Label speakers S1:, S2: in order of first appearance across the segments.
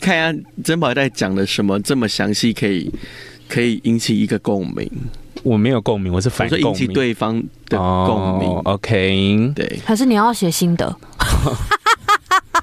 S1: 看一下珍宝袋讲了什么这么详细，可以可以引起一个共鸣。
S2: 我没有共鸣，我是反
S1: 我说
S2: 共
S1: 引
S2: 鸣
S1: 起对方的共鸣。
S2: 哦 OK，，
S1: 对，
S3: 还是你要写心得？
S1: 哦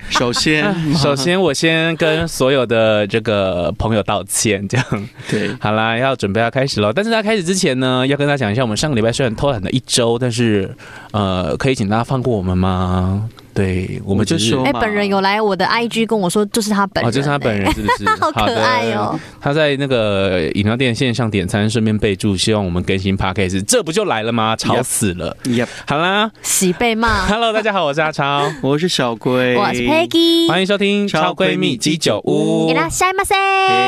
S1: 首先
S2: 首先我先跟所有的这个朋友道歉，这样。
S1: 对，
S2: 好啦，要准备要开始喽。但是在开始之前呢，要跟大家讲一下，我们上个礼拜虽然偷懒了一周，但是呃，可以请大家放过我们吗？对，我们
S1: 我就
S2: 只是
S1: 说
S3: 哎、
S1: 嘛
S3: 本人有来我的
S1: 哦
S3: IG 跟我说，就是他本
S2: 哦，
S3: 人、
S2: 就是他本人，是不 是？
S3: 好可爱
S2: 好
S3: 哦
S2: 的。他在那个饮料店线上点餐，顺便备注，希望我们更新 podcast，这不就来了吗？吵死了！
S1: y
S2: 好啦
S3: 哎喜 被骂。
S2: ，Hello，大家好，我是阿超，
S1: 我是小龟，
S3: 我是
S2: 欢
S3: Peggy，
S2: 迎收听《超闺蜜鸡酒屋
S3: 伊》。拉西马塞。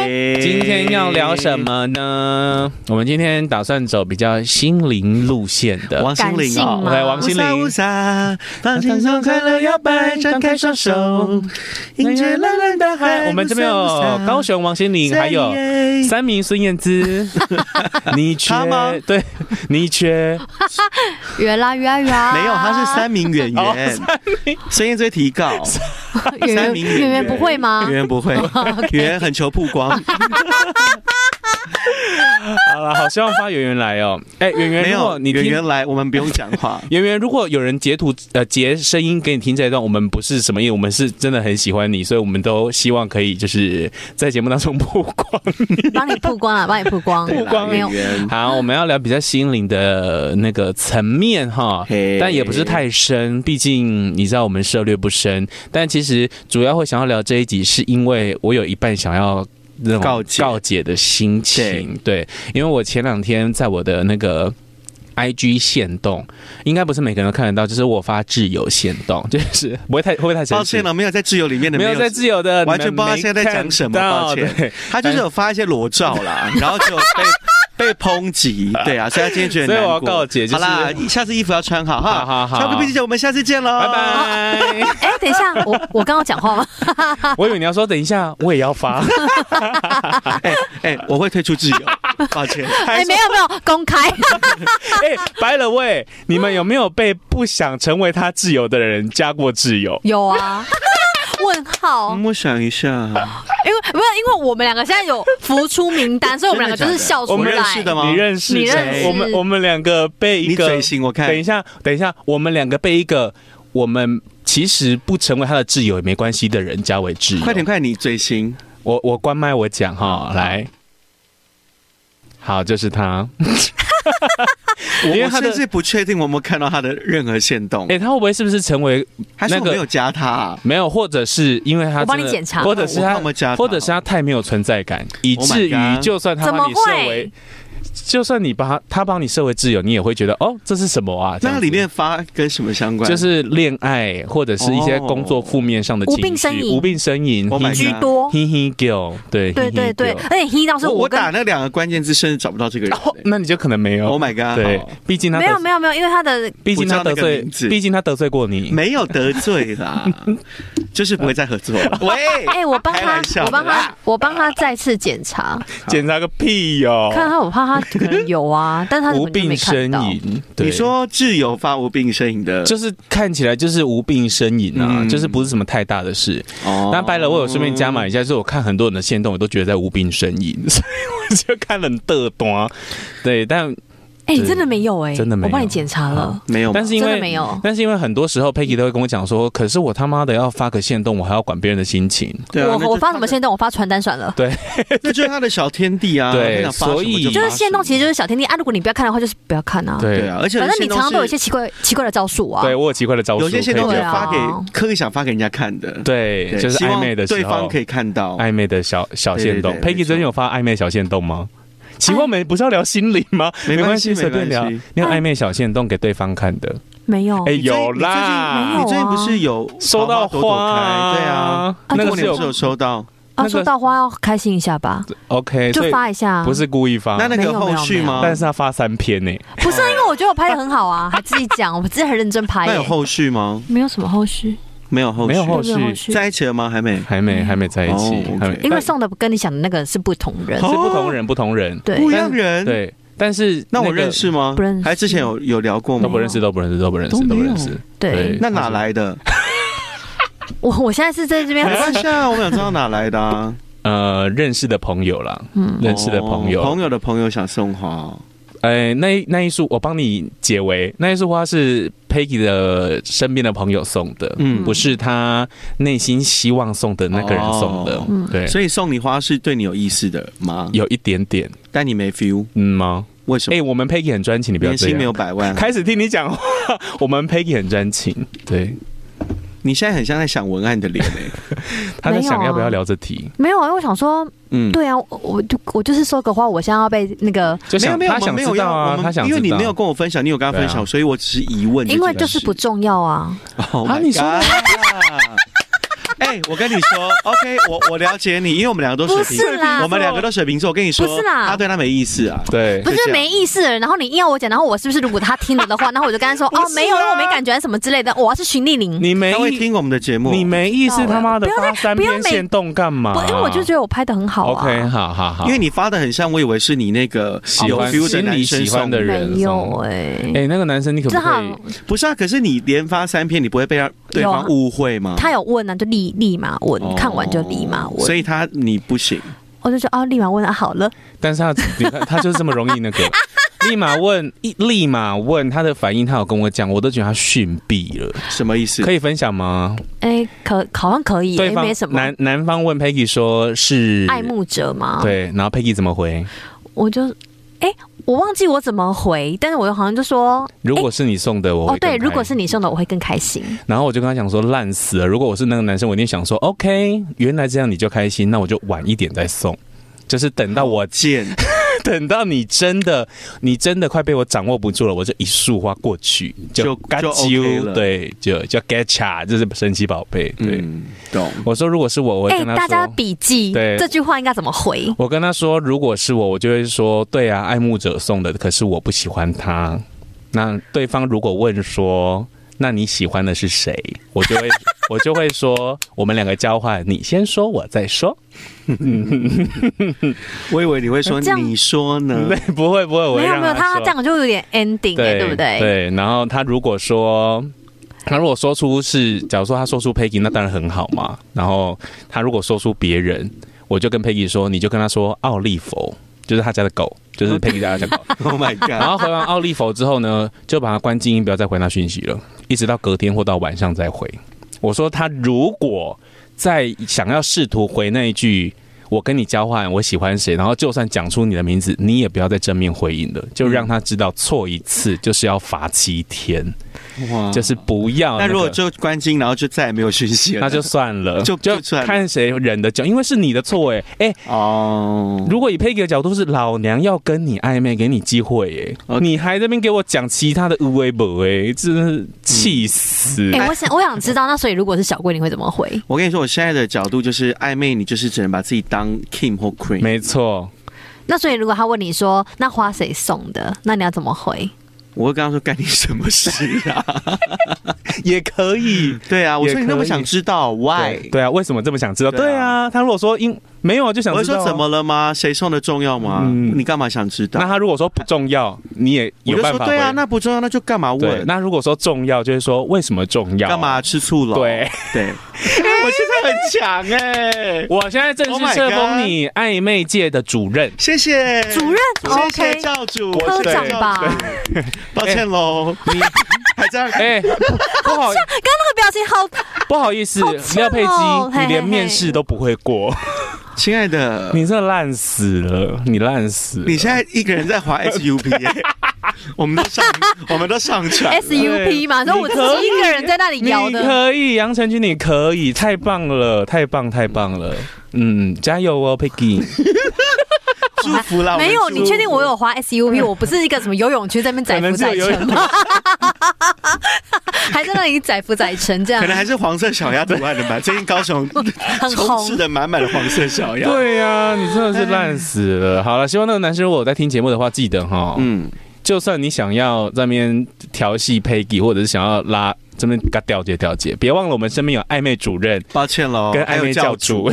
S1: 嘿
S2: 今天要聊什？么呢？我们今天打算走比较心灵路线的。
S1: 王心凌
S3: 感性
S1: 哦
S3: 吗
S2: ，OK，王心
S1: 无
S2: 凌。
S1: 沙无沙，放轻松快乐摇摆，张开双手，迎接蓝蓝大海。
S2: 哎我们这边有高雄王心凌，还有三名孙燕 姿。你缺
S1: 他吗
S2: 对，你缺
S3: 原来原来
S1: 没有，他是 三名演
S2: 哦
S1: 员，声音最提高，
S3: 圆
S1: 三名
S3: 圆
S1: 演
S3: 圆不会 吗
S1: 演？员不 会，演员很求曝光，
S2: 好了，好希望发圆圆来哦。哎，圆圆，
S1: 没
S2: 如
S1: 有
S2: 果你
S1: 演
S2: 听。
S1: 员来，我们不用讲话
S2: 圆圆，如果有人截图呃截声音给你听这一段，我们不是什么意，思，我们是真的很喜欢你，所以我们都希望可以就是在节目当中曝光。
S3: 帮你曝光啊，帮你曝光，
S2: 曝光
S3: 没有
S1: 演。员
S2: 好，我们要聊比较心灵的那个层面哈
S1: 嘿，
S2: 但也不是太深，毕竟你知道我们涉略不深。但其实主要会想要聊这一集，是因为我有一半想要。那种
S1: 告解
S2: 告解的心情，对，因为我前两天在我的那个 I G 限动，应该不是每个人都看得到，就是我发挚友限动，就是不会太会不会太
S1: 抱
S2: 生气
S1: 歉了，啊没有在挚友里面的，
S2: 没有在自由的，
S1: 完全不知道
S2: 你们没
S1: 现在在讲什么
S2: 看到
S1: 抱歉
S2: 对
S1: 他就是有发一些裸照 啦，然后就被被抨击，对啊，所以他今天觉得
S2: 所以
S1: 很
S2: 我
S1: 难
S2: 要
S1: 过。
S2: 告解就是
S1: 好啦，下次衣服要穿好
S2: 好
S1: 哈，
S2: 好好
S1: 超哥 B B 姐，我们下次见喽，
S2: 拜。拜。
S3: 哎、等 一下，我我刚刚讲话吗？
S2: 我以为你要说等一下我也要发，
S1: 哎哎，我会退出 挚友，抱歉，
S3: 哎、没有没有，公开。
S2: 哎、白了喂，你们有没有被不想成为他挚友的人加过挚友？
S3: 有啊。问号，
S1: 嗯我想一下，
S3: 因为没有，因为我们两个现在有浮出名 单，所以我们两个就是笑
S1: 我
S3: 出
S1: 们
S3: 来。
S1: 认识的吗？
S2: 你认识
S3: 你认
S2: 谁？
S3: 识
S2: 我们我们两个被一
S1: 你
S2: 个
S1: 嘴，型我看
S2: 等一下，等一下，我们两个被一个我们其实不成为他的挚友也没关系的人加为挚友。
S1: 快点，快点，你嘴型，
S2: 我我关麦我讲哈，来，好，就是他。
S1: 我
S2: 因为
S1: 我
S2: 他的
S1: 甚至不确定我有没有看到他的任何线动
S2: 哎、，他会不会是不是成为
S1: 还是我
S2: 那个
S1: 没有加他啊？
S2: 没有，或者是因为他
S3: 我帮
S2: 真的
S3: 你检查
S2: 或者是
S1: 我看
S2: 他
S1: 有没有加他
S2: 或者是他太没有存在感，以
S1: Oh my
S2: 至于
S1: God
S2: 就算他
S3: 怎
S2: 把
S3: 么
S2: 你设
S3: 会
S2: 为，就算你把他他帮你设为挚友，你也会觉得哦，这是什么啊？这样
S1: 那
S2: 子
S1: 里面发跟什么相关？
S2: 就是恋爱或者是一些工作负面上的情
S3: 哦无
S2: 绪，
S3: 病呻吟
S2: 无病呻吟
S1: Oh my
S2: 嘿
S1: God
S3: 居多，
S2: 嘿嘿 girl，对，
S3: 对
S2: 嘿嘿
S3: 对对，
S2: girl
S3: 而且听到是
S1: 我
S3: 我
S1: 我
S3: 跟
S1: 打那两个关键字，甚至找不到这个人
S2: 哦。那你就可能没有。
S1: Oh my god！
S2: 对
S1: 好，
S2: 毕竟他
S3: 没
S2: 得
S3: 有没有没有，因为他的
S2: 毕竟他
S1: 我知道
S2: 得
S1: 那个
S2: 罪
S1: 名，字
S2: 毕竟他得罪过你。
S1: 没有得罪啦，就是不会再合作了。喂，
S3: 哎、我帮
S1: 开
S3: 他
S1: 玩，笑
S3: 我
S1: 的
S3: 帮
S1: 啦
S3: 他，我帮他再次检查，
S2: 检查个屁哟！
S3: 看他，我怕他可能有 啊，但是他怎
S2: 哦无
S3: 么就
S2: 病
S3: 没
S2: 呻
S3: 看到？
S2: 吟。对
S1: 你说挚友发无病呻吟的，
S2: 就是看起来就是无病呻吟啊，
S1: 嗯
S2: 就是不是什么太大的事。
S1: 哦
S2: 那拜了，我有顺便加码一下，就是我看很多人的线动，我都觉得在无病呻吟， 所以我就看了很嘚端。对，但
S3: 哎、你真的没有哎、
S2: 真的没有嗯
S3: 我帮你检查了，
S1: 没有吗，
S2: 但是因
S3: 真
S2: 为
S3: 的没有
S2: 但是因为很多时候 Peggy 都会跟我讲说，可是我他妈的要发个线动，我还要管别人的心情。
S1: 对啊那就
S3: 我我发什么
S1: 他的
S3: 线动，我发传单算了。
S1: 那就是他的小天地啊。
S2: 对
S1: 他想发什么
S2: 所以
S1: 就发
S3: 就是
S1: 什
S3: 线
S1: 么
S3: 动，其实就是小天地啊。如果你不要看的话，就是不要看啊。
S1: 对啊，而且
S3: 反正你常常都有一些
S1: 线
S3: 奇怪奇怪的招数啊。
S2: 对，我有奇怪的招
S1: 动
S2: 数
S1: 是有
S2: 可
S1: 些
S2: 以
S1: 线
S2: 讲，
S1: 动
S3: 可
S1: 是
S3: 以讲
S1: 发
S3: 对啊
S1: 给刻意想发给人家看的，
S2: 对，就是
S1: 希
S2: 暧
S1: 望
S2: 昧的时候，
S1: 对方可以看到。
S2: 暧昧的小小
S1: 对对
S2: 线动。
S1: 对
S2: Peggy
S1: 没错
S2: 最近有发暧昧小线动吗？
S3: 哎
S2: 奇怪，我们不是要聊心理吗？
S1: 没关系
S2: 随便
S1: 没关
S2: 聊
S1: 系。
S2: 你有暧昧小线动给对方看的？
S3: 没有
S2: 哎，
S1: 你最
S2: 有
S3: 没有
S2: 啦
S3: 啊，
S1: 你最近不是有
S2: 收到
S1: 朵朵
S2: 花啊
S1: 开？对啊，
S3: 啊
S2: 那
S1: 过
S2: 个是
S1: 年不是
S2: 有
S1: 有收到？
S2: 那
S3: 啊，
S2: 个
S3: 说到花要开心一下吧，
S2: OK，
S3: 就
S2: 所以
S3: 发一下啊。
S2: 不是故意发，
S1: 那那
S3: 没
S1: 个
S3: 有没有
S1: 后续吗？
S2: 但是他发三篇呢，
S3: 不是啊，因为我觉得我拍的很好 啊，还自己讲，我自己很认真拍
S1: 那有
S3: 耶。
S1: 后续吗？
S3: 没有什么后续，
S1: 没有后续，
S2: 没有后
S3: 没有后
S2: 续，
S3: 续，
S1: 在一起了吗？还没。
S2: 还没还没在一起
S1: 哦，OK
S2: 还没
S3: 因为
S2: 但
S3: 送的跟你想的那个是不同人
S1: 好。
S2: 是不同人，不同人，
S3: 对，
S1: 不一样人。，
S2: 对，但是
S1: 那我
S2: 个
S1: 认识吗？
S3: 不认识
S1: 还之前有有聊过
S2: 都
S1: 吗
S2: 不？认识，都不认识，都不认识，
S1: 都
S2: 都
S1: 没有
S2: 不认识，
S3: 对
S1: 那哪来的？
S3: 我我现在是在这边
S1: 没关系啊，我们想知道哪来的啊，
S2: 呃，认识的朋友啦，认识的朋友，
S1: 哦朋友的朋友想送花哦，
S2: 哎，那一那一束我帮你解围，那一束花是 Peggy 的身边的朋友送的，
S1: 嗯
S2: 不是他内心希望送的那个人送的，
S1: 哦
S2: 对，
S1: 所以送你花是对你有意思的吗？，
S2: 有一点点，
S1: 但你没 feel，
S2: 嗯吗？
S1: 为什
S2: 哎、
S1: 么？
S2: 我们 Peggy 很专情，你不要
S1: 年
S2: 这
S1: 薪没
S2: 样。
S1: 有百万，
S2: 开始听你讲话，我们 Peggy 很专情，对，
S1: 你现在很像在想文案的脸诶。
S2: 他在想
S3: 没有啊
S2: 要不要聊这题，
S3: 没有啊，我想说，
S1: 嗯，
S3: 对啊，我我就我就是说个话，我现在要被那个，
S2: 就
S1: 没有
S2: 想
S1: 没有，
S2: 他
S1: 我们
S2: 想
S1: 没有
S2: 知
S1: 要
S2: 道
S1: 我
S2: 啊，
S1: 们
S2: 他想知道，
S1: 因为你没有跟我分享，你有跟他分
S2: 对
S1: 享，
S2: 啊
S1: 所以我只是疑问这件事。
S3: 因为就是不重要啊。
S1: Oh my
S2: 啊你说
S1: God 哎，我跟你说，OK，我我了解你，因为我们两个都
S3: 不
S1: 水
S3: 是
S1: 瓶，
S3: 啦
S1: 我们两个都水瓶座。我跟你说，
S3: 不是啦
S1: 他对他没意思啊。
S2: 对
S3: 不
S1: 就这
S3: 是
S1: 样
S3: 没意思的人，然后你硬要我讲，然后我是不是如果他听了的话，然后 我就跟他说
S2: 不是啊
S3: 哦没有，因为我没感觉什么之类的，我要是徐丽玲，
S2: 你没
S1: 他会听我们的节目，
S2: 你没意思，
S3: 不要
S2: 他妈的
S3: 不要再
S2: 发三
S3: 不要
S2: 篇
S3: 每
S2: 线动干嘛
S3: 不？因为我就觉得我拍的很好啊
S2: OK，好好好，
S1: 因为你发的很像，我以为是你那个
S2: 喜
S1: 有
S2: 欢
S1: feel 的
S2: 心
S1: 男
S2: 里
S1: 生
S2: 喜欢
S1: 送
S2: 的人
S3: 没有
S2: 送
S3: 哎、
S2: 哎、那个男生你可不
S3: 这
S2: 可
S3: 好
S2: 以？
S1: 不是啊，可是你连发三篇，你不会被让对
S3: 有啊
S1: 方误会吗？
S3: 他有问啊，就立立马问，
S1: 哦
S3: 看完就立马问，
S1: 所以他你不行，
S3: 我就说哦立马问啊好了，
S2: 但是他，你 看他就是这么容易那个，立马问，一立马问他的反应，他有跟我讲，我都觉得他逊毙了。
S1: 什么意思？
S2: 可以分享吗？
S3: 哎、可好像可以、哎
S2: 对方
S3: 没什么
S2: 男男方问 Peggy 说是
S3: 爱，慕者嘛，
S2: 对，然后 Peggy 怎么回？
S3: 我就哎、我忘记我怎么回，但是我好像就说
S2: 如果是你送的，我会
S3: 哦对，
S2: 更开
S3: 如果是，你送的我会更开心，
S2: 然后我就跟他讲说烂死了。如果我是那个男生，我一定想说 OK，原来这样你就开心，那我就晚一点再送。就是等到我，
S1: 贱，
S2: 等到你真的，你真的快被我掌握不住了，我就一束花过去，
S1: 就
S2: 嘎
S1: 就
S2: 啾
S1: OK 了
S2: 对，就就 getcha，就是神奇宝贝，对。
S1: 嗯，懂。
S2: 我说如果是我，我会
S3: 哎、
S2: 跟他
S3: 大家
S2: 说。
S3: 笔记
S2: 对
S3: 这句话应该怎么回？
S2: 我跟他说，如果是我，我就会说，对啊，爱慕者送的，可是我不喜欢他。那对方如果问说，那你喜欢的是谁？我 就会，我就会说，我们两个交换，你先说，我再说。
S1: 我以为你会说
S2: 呃
S3: 这样
S1: 你说 呢
S2: 对，，不会，不会，我会
S3: 没有
S2: 让
S3: 没有，他
S2: 说
S3: 这样就有点 ending，哎、
S2: 对
S3: 对不对？
S2: 对，然后他如果说，他如果说出是，假如说他说出 Peggy，那当然很好嘛。然后他如果说出别人，我就跟 Peggy 说，你就跟他说奥利佛，就是他家的狗，就是 Peggy 家的狗。
S1: ，Oh my
S2: 然
S1: god，
S2: 后回完奥利佛之后呢，就把他关静音，不要再回他讯息了，一直到隔天或到晚上再回。我说他如果再想要试图回那一句。我跟你交换，我喜欢谁，然后就算讲出你的名字，你也不要再正面回应了，就让他知道错一次就是要罚七天，
S1: 哇
S2: 就是不要、那
S1: 那
S2: 个
S1: 如果就关机，然后就再也没有讯息了，
S2: 那就算了，
S1: 就就算了
S2: 看谁忍得久，因为是你的错哎、哎、
S1: 哦，
S2: 如果以佩奇的角度是老娘要跟你暧昧，给你机会耶、
S1: OK
S2: 你还在那边给我讲其他的无为不哎，真是气死！
S1: 嗯
S3: 哎、我想我想知道，那所以如果是小贵，你会怎么回？
S1: 我跟你说，我现在的角度就是暧昧，你就是只能把自己当 king 或 queen。
S2: 没错，
S3: 那所以如果他问你说那花谁送的，那你要怎么回？
S1: 我会跟他说干你什么 事啊？
S2: 也可以。
S1: 对啊，我说你那么想知道 why？
S2: 对对啊，为什么这么想知道？
S1: 对啊
S2: 对啊，他如果说因没有啊，就想
S1: 我会
S2: 知道啊
S1: 说怎么了吗？谁送的重要吗？
S2: 嗯
S1: 你干嘛想知道
S2: 那？他如果说不重要，你也
S1: 我
S2: 有
S1: 就
S2: 办
S1: 说
S2: 法
S1: 对啊，
S2: 回
S1: 那不重要，那就干嘛
S2: 对
S1: 问？
S2: 那如果说重要，就是说为什么重要？
S1: 干嘛？吃醋了？
S2: 对，
S1: 对，我现在 很强哎，
S2: 我现在正
S1: Oh
S2: 式
S1: my
S2: 册封
S1: God
S2: 你暧昧界的主任。
S1: 谢谢
S3: 主任
S1: 谢谢
S3: ，OK，
S1: 教主，
S3: 科长吧， 刚刚
S1: 抱歉喽，你还在
S2: 哎、不好
S3: 那个表 情好，
S2: 不好意思
S3: 好呛哦，
S2: 廖佩基，你
S3: 嘿嘿
S2: 连
S3: 嘿
S2: 面试都不会过。
S1: 亲爱的，
S2: 你这烂死了，你烂死了
S1: 你现在一个人在滑 SUP，哎我们都上，我们都上船了。
S3: SUP 嘛，所以我自
S2: 你可
S3: 己
S2: 以
S3: 一个人在那里摇
S2: 你
S3: 的。
S2: 可以，杨丞君，你可以，太棒了，太棒，太棒了，嗯，加油哦，Peggy，
S1: 祝福
S2: 啊
S1: 啦！
S3: 没有，
S1: 我们祝
S3: 你
S1: 福
S3: 确定我有滑
S2: 嗯
S3: SUP？我不是一个什么游泳圈在那边载浮载沉吗？ 还在那里载浮载沉这样
S1: 可，能还是黄色小鸭图案的吧？最近高雄 充
S3: 很
S1: 斥
S3: 红。
S1: 的满满的黄色小鸭。，
S2: 对呀、你真的是烂死了。好了，希望那个男生如果有在听节目的话，记得哈，
S1: 嗯，
S2: 就算你想要在那边调戏 Peggy，或者是想要拉这边给他调节调节，别忘了我们身边有暧昧主任
S1: 抱歉喽，
S2: 跟
S1: 还
S2: 暧
S1: 有
S2: 昧教主，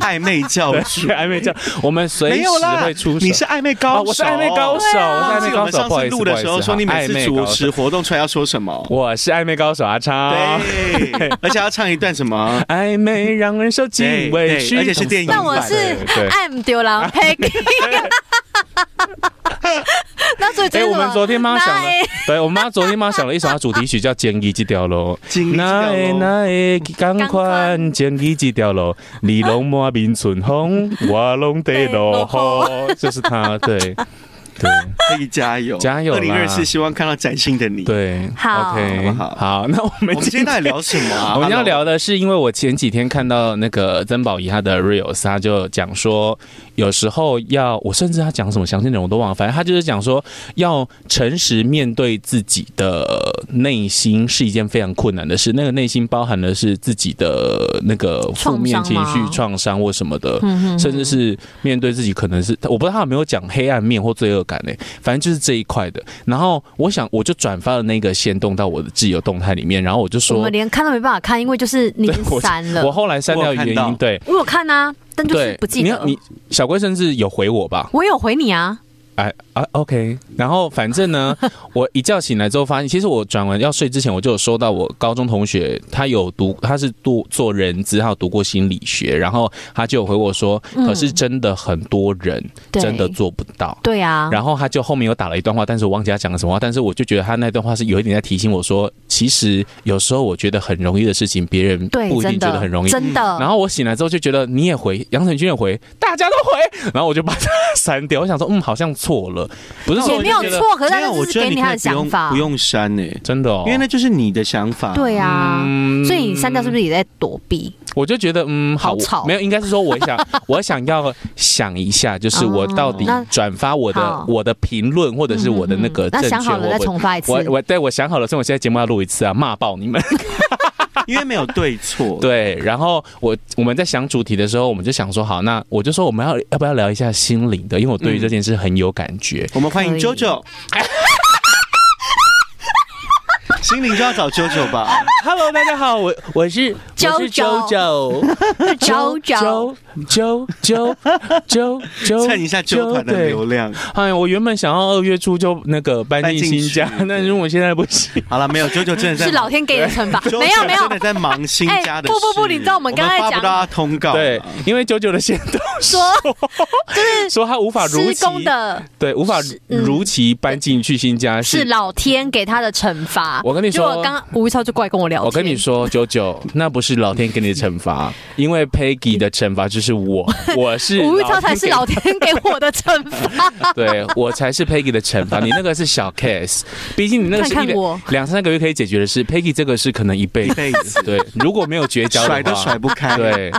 S1: 暧昧教 主
S2: 是。暧昧叫我们随
S1: 没
S2: 时
S1: 有啦
S2: 会出，手。
S1: 你是暧昧高手，啊
S2: 啊我是暧昧高手，
S3: 啊
S2: 我
S1: 记
S2: 是暧
S1: 得我
S2: 昧高
S1: 们
S2: 手。
S1: 上
S2: 不好
S1: 次
S2: 意思，
S1: 录的时候说你每次主
S2: 主
S1: 持，活动出来要说什么？
S2: 我是暧昧高手阿超。
S1: 对，而且要唱一段什么？
S2: 暧昧让人受尽委屈，
S1: 对对而且是电影
S2: 但
S1: 版
S3: 但我是
S2: 对。哎啊
S3: I'm 丢狼黑。 那所以今
S2: 哎，
S3: 天
S2: 我们昨天妈
S3: 什么哎
S2: 想了，对我妈昨天妈想了一首她主题曲叫《剪一这条 路》，
S1: 经历
S2: 那
S1: 这
S2: 会
S1: 样哦
S2: 那会赶快剪一这条路，你拢满面春风，我拢 得落雨，就是她，对对
S1: 可以加油，
S2: 加油啦
S1: 二零二四，希望看到崭新的你。，
S2: 对
S3: 好
S2: ，OK，
S1: 好不好
S2: 好，那我们
S1: 我们今天到底聊什么啊？
S2: 我们要
S1: Hello
S2: 聊的是，因为我前几天看到那个曾宝仪她的 reels，她就讲说，有时候要我甚至她讲什么详细内容我都忘了，反正她就是讲说，要诚实面对自己的内心是一件非常困难的事。那个内心包含的是自己的那个负面情
S3: 创伤
S2: 绪
S3: 吗、
S2: 创伤或什么的，
S3: 嗯
S2: 甚至是面对自己可能是我不知道他有没有讲黑暗面或罪恶感呢、反正就是这一块的。然后我想我就转发了那个线动到我的自由动态里面，然后我就
S3: 我
S2: 说
S3: 们。连看都没办法看，因为就是你已经
S2: 对我
S3: 删了。
S2: 我后来删掉
S1: 我有看
S2: 原
S1: 到
S2: 因，对
S3: 我有看啊，但就是
S2: 对
S3: 不，记
S2: 你
S3: 得
S2: 要。你小龟甚至有回我吧？
S3: 我有回你啊，
S2: 哎啊，OK。然后反正 呢，我一觉醒来之后发现，其实我转完要睡之前，我就有收到我高中同学，他有读，他是读做人资，他有读过心理学，然后他就有回我说，
S3: 嗯
S2: 可是真的很多人
S3: 对
S2: 真的做不到。
S3: 对啊，
S2: 然后他就后面有打了一段话，但是我忘记他讲了什么话，但是我就觉得他那段话是有一点在提醒我说，其实有时候我觉得很容易的事情，别人
S3: 对，
S2: 不一
S3: 真
S2: 定
S3: 的
S2: 觉得很容易，嗯
S3: 真的。
S2: 然后我醒来之后就觉得你也回，杨丞琳也回，大家都回，然后我就把它删掉。我想说，嗯，好像错了，不是说
S3: 也
S2: 我
S3: 没
S2: 就
S3: 有
S2: 觉得
S3: 错，可是
S1: 没
S3: 他
S1: 有，
S3: 就
S1: 我
S3: 是
S1: 觉得
S3: 给
S1: 你
S3: 你
S1: 可
S3: 他
S1: 以
S3: 的
S1: 不用
S3: 想法
S1: 不，用删呢，
S2: 真的哦，
S1: 因为那就是你的想法。
S3: 对啊。
S2: 嗯
S3: 所以你删掉是不是也在躲避？
S2: 我就觉得嗯，好
S3: 好吵
S2: 我没有，应该是说我 想，我想要想一下，就是我到底
S3: 哦那
S2: 转发我的
S3: 好
S2: 我的评论或者是我的那个
S3: 嗯嗯嗯那
S2: 正
S3: 想
S2: 确，
S3: 好了
S2: 我
S3: 再
S2: 不
S3: 重发一次。
S2: 我我对我想好了，所以我现在节目要录一次啊，骂爆你们。
S1: 因为没有对错。，
S2: 对，然后我我们在想主题的时候，我们就想说，好，那我就说我们要要不要聊一下心灵的，因为我对于这件事很有感觉。
S1: 我们欢迎
S3: 可以
S1: JoJo。心灵就要找 JoJo 吧，
S2: Hello，大家好，我我是我是
S3: 啾
S2: 啾
S3: 啾啾
S2: 啾啾啾 啾，
S1: 蹭一下 JoJo 团的流
S2: 对。
S1: 量。
S2: 哎，我原本想要二月初就那个搬
S1: 搬
S2: 进
S1: 进
S2: 新家
S1: 去，
S2: 但是我现在不行。
S1: 好了，没有 JoJo 真的在
S3: 是老天给你的惩罚
S1: JoJo，
S3: 没有没有
S1: 真的，在忙新家的事。
S3: 哎不不不你知道我们刚才
S1: 我发不到他通告，啊
S2: 对，因为九九的线都
S3: 说
S2: 是说 他无法如
S3: 施
S2: 期
S3: 工的
S2: 对无法
S3: 嗯
S2: 如期搬进去新家
S3: 是老天给他的惩罚。
S2: 我跟你说
S3: 结果刚刚吴一超就过来跟我聊天。
S2: 我跟你，说，九九，那不是老天给你的惩罚，因为 Peggy 的惩罚就是 我，我是
S3: 吴一超才是老
S2: 天
S3: 天给我的惩罚。
S2: 给，对我才是 Peggy 的惩罚，你那个是小 case，毕竟你那个是
S3: 看
S2: 一
S3: 看我
S2: 两两三个月可以解决的事，Peggy 这个是可能一辈
S1: 一
S2: 子，
S1: 辈子
S2: 对，如果没有绝交的话，
S1: 甩都甩不开。啊
S2: 对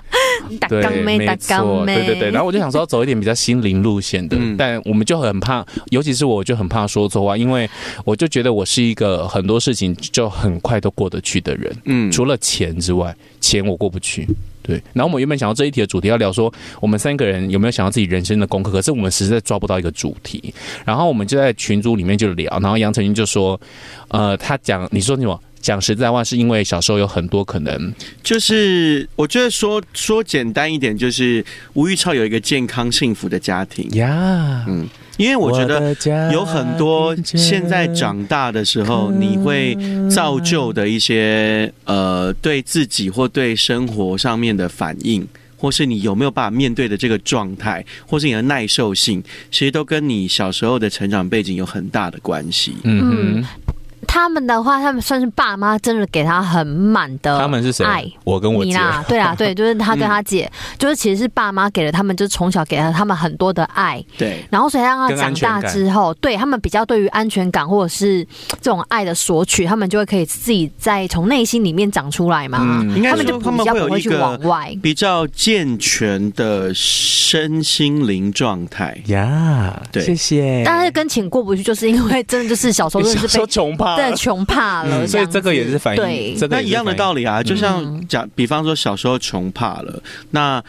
S3: 打
S2: 对，
S3: 钢妹，打
S2: 没
S3: 钢
S2: 错，
S3: 妹，
S2: 对对对。然后我就想说要走一点比较心灵路线的，
S1: 嗯
S2: 但我们就很怕，尤其是我我就很怕说错话，因为我就觉得我是一个很多事情就很快都过得去的人。
S1: 嗯
S2: 除了钱之外，钱我过不去。对，然后我们原本想要这一题的主题要聊说，我们三个人有没有想要自己人生的功课，可是我们实在抓不到一个主题。然后我们就在群组里面就聊，然后杨丞琳就说，呃，他讲你说什么？讲实在话，是因为小时候有很多可能，
S1: 就是我觉得说说简单一点，就是吴玉超有一个健康幸福的家庭，
S2: 呀
S1: 嗯，因为我觉得
S2: 得
S1: 有很多现在长大的时候你会造就的一些呃对自己或对生活上面的反应。或是你有没有办法面对的这个状态，或是你的耐受性，其实都跟你小时候的成长背景有很大的关系。
S2: 嗯哼，
S3: 他们的话，他们算是爸妈真的给他很满
S1: 呃
S3: 的。
S2: 他们是谁
S3: 爱？
S2: 我跟我
S3: 你
S2: 姐，嗯
S3: 啦，对啦，对，就是他跟 他姐，就是其实是爸妈给了他们，就是从小给了他们很多的爱，
S1: 对，
S3: 然后所以让他
S2: 跟安
S3: 长
S2: 全
S3: 大
S2: 感
S3: 之后，对他们比较对于安全感或者是这种爱的索取，他们就会可以自己在从内心里面长出来嘛。
S2: 嗯
S1: 应该
S3: 他们
S1: 说
S3: 就
S1: 他
S3: 比
S1: 们
S3: 较
S1: 会
S3: 不
S1: 有
S3: 会
S1: 一
S3: 去往
S1: 个
S3: 外。
S1: 比较健全的身心灵状态。
S2: 呀，
S1: 对
S2: 谢
S1: 哎
S2: 谢。
S3: 但是跟钱过不去，就是因为真的就是小时 候真的
S2: 小
S3: 是
S2: 时候穷
S3: 被
S2: 怕
S3: 真
S2: 了
S3: 的，穷怕了、
S2: 嗯所以这个也是反
S3: 对
S2: 映，这个嗯
S1: 那
S2: 也
S1: 一
S2: 是
S1: 样的
S2: 反映
S1: 道理啊，就像
S3: 嗯
S1: 讲，比方说小时候穷怕了，那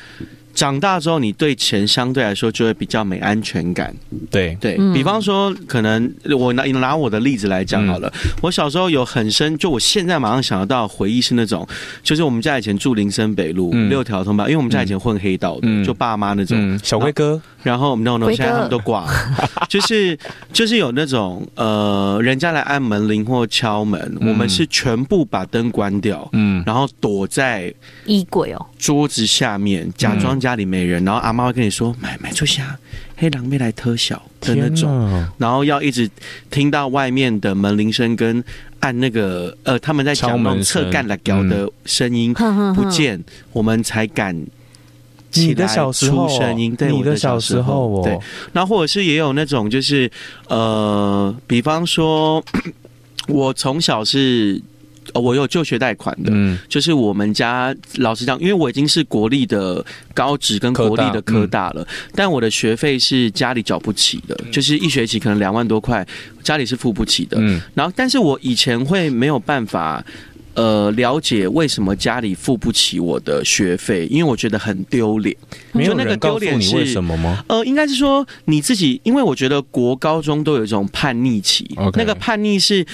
S1: 长大之后，你对钱相对来说就会比较没安全感。
S2: 对，
S1: 对、
S3: 嗯
S1: 比方说，可能我拿拿我的例子来讲好了、我小时候有很深，就我现在马上想得到的回忆是那种，就是我们家以前住林森北路、
S2: 嗯
S1: 六条通道，因为我们家以前混黑道的，
S2: 嗯
S1: 就爸妈那种。啊
S2: 嗯，小辉哥，
S1: 然后 no no，
S3: 辉哥
S1: 现在他们都挂了， 就是就是有那种呃，人家来按门铃或敲门，
S2: 嗯
S1: 我们是全部把灯关掉，
S2: 嗯，
S1: 然后躲在
S3: 衣柜哦，
S1: 桌子下面，假装家里没人，
S2: 嗯
S1: 然后阿妈会跟你说买买出虾，黑狼没来特小的那种，
S2: 种
S1: 然后要一直听到外面的门铃声跟按那个呃他们在
S2: 敲
S1: 讲
S2: 门
S1: 那种侧
S2: 声
S1: 干了屌的声音
S3: 哼哼
S1: 不
S3: 哼，
S1: 见，我们才敢起
S2: 你
S1: 来
S2: 的小时候哦，
S1: 出声音，对
S2: 你
S1: 我的
S2: 小时候
S1: 对
S2: 哦，，
S1: 那或者是也有那种就是呃，比方说 我从小是。呃我有就学贷款的，
S2: 嗯，
S1: 就是我们家老实讲，因为我已经是国立的高职跟国立的科大了，但我的学费是家里缴不起的，就是一学期可能两万多块，家里是付不起的。
S2: 嗯，
S1: 然后，但是我以前会没有办法。呃，了解为什么家里付不起我的学费，因为我觉得很丢脸。
S2: 没有
S1: 就那个
S2: 人告
S1: 丢
S2: 诉
S1: 脸
S2: 你为
S1: 是
S2: 什么吗？
S1: 呃，应该是说你自己，因为我觉得国高中都有一种叛逆期
S2: OK
S1: 那个叛逆是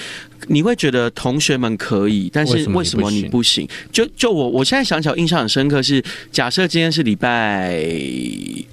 S1: 你会觉得同学们可以，但是为
S2: 为
S1: 什
S2: 什
S1: 么
S2: 么
S1: 你
S2: 你
S1: 不行？就就我我现在想起来印象很深刻是，假设今天是礼拜，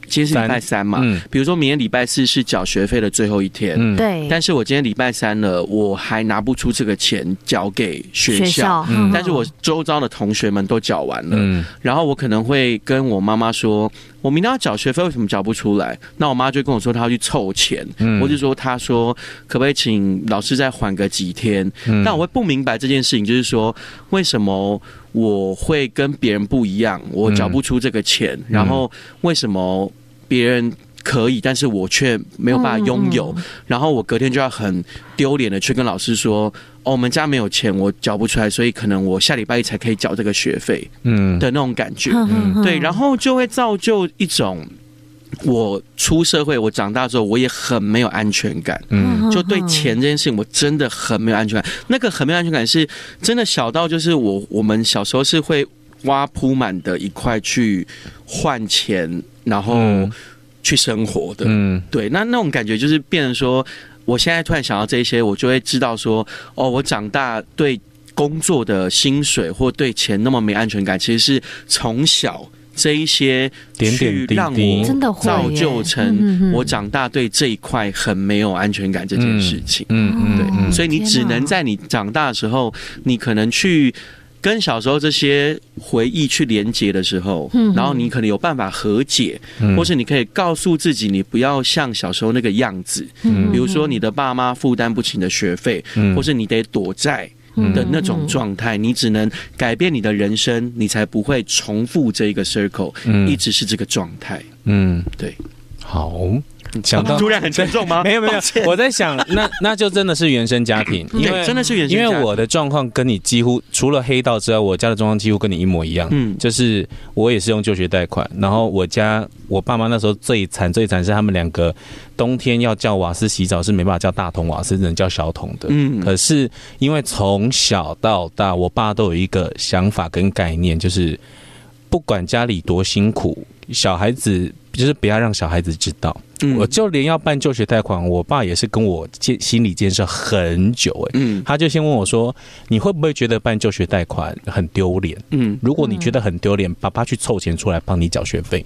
S1: 今天是礼拜三嘛，
S2: 嗯
S1: 比如说明天礼拜四是缴学费的最后一天。
S2: 嗯，
S3: 对，
S1: 但是我今天礼拜三了，我还拿不出这个钱缴给学校，
S3: 学校，
S2: 嗯
S3: 哼
S1: 但是我周遭的同学们都缴完了，
S2: 嗯，
S1: 然后我可能会跟我妈妈说，我明天要缴学费，为什么缴不出来？那我妈就跟我说她要去凑钱，
S2: 嗯
S1: 我就说她说可不可以请老师再缓个几天？
S2: 嗯
S1: 但我会不明白这件事情，就是说为什么我会跟别人不一样，我缴不出这个钱，
S2: 嗯
S1: 然后为什么别人？可以，但是我却没有办法拥有，
S2: 嗯
S1: 然后我隔天就要很丢脸的去跟老师说，哦，我们家没有钱，我缴不出来，所以可能我下礼拜一才可以缴这个学费。
S2: 嗯，
S1: 的那种感觉。
S3: 哼哼哼
S1: 对，然后就会造就一种我出社会，我长大之后，我也很没有安全感。
S2: 嗯，
S1: 就对，钱这件事情，我真的很没有安全感。那个很没有安全感是真的小到就是我我们小时候是会挖铺满的一块去换钱，然后
S2: 嗯
S1: 去生活的。
S2: 嗯，
S1: 对，那那种感觉就是变成说，我现在突然想到这些，我就会知道说，哦，我长大对工作的薪水或对钱那么没安全感，其实是从小这一些
S2: 点点
S1: 去
S2: 滴滴
S1: 让我
S3: 真的会
S1: 造就
S3: 耶
S1: 成
S3: 嗯嗯嗯
S1: 我长大对这一块很没有安全感这件事情。
S2: 嗯嗯，
S3: 对
S2: 嗯
S1: 所以你只能在你长大的时候，你可能去跟小时候这些回忆去连接的时候
S3: 嗯，
S1: 然后你可能有办法和解，
S2: 嗯
S1: 或是你可以告诉自己，你不要像小时候那个样子。
S2: 嗯
S1: 比如说你的爸妈负担不起你的学费，
S2: 嗯
S1: 或是你得躲债
S3: 嗯
S1: 的那种状态，你只能改变你的人生，你才不会重复这一个 circle，
S2: 嗯
S1: 一直是这个状态。
S2: 嗯，
S1: 对，
S2: 好，想到
S1: 突然很沉重吗？
S2: 没有没有
S1: 抱歉，嗯
S2: 我在想，那那就真的是原生家庭，因
S1: 对，
S2: 为
S1: 真的是原生
S2: 因
S1: 家庭，
S2: 为我的状况跟你几乎除了黑道之外，我家的状况几乎跟你一模一样。
S1: 嗯
S2: 就是我也是用就学贷款，然后我家我爸妈那时候最惨最惨是他们两个冬天要叫瓦斯洗澡是没办法叫大桶瓦斯，只能叫小桶的。
S1: 嗯
S2: 可是因为从小到大，我爸都有一个想法跟概念，就是不管家里多辛苦，小孩子就是不要让小孩子知道。
S1: 嗯
S2: 我就连要办就学贷款，我爸也是跟我建心理建设很久、欸，
S1: 嗯
S2: 他就先问我说：“你会不会觉得办就学贷款很丢脸？
S1: 嗯
S2: 如果你觉得很丢脸，爸爸去凑钱出来帮你缴学费。”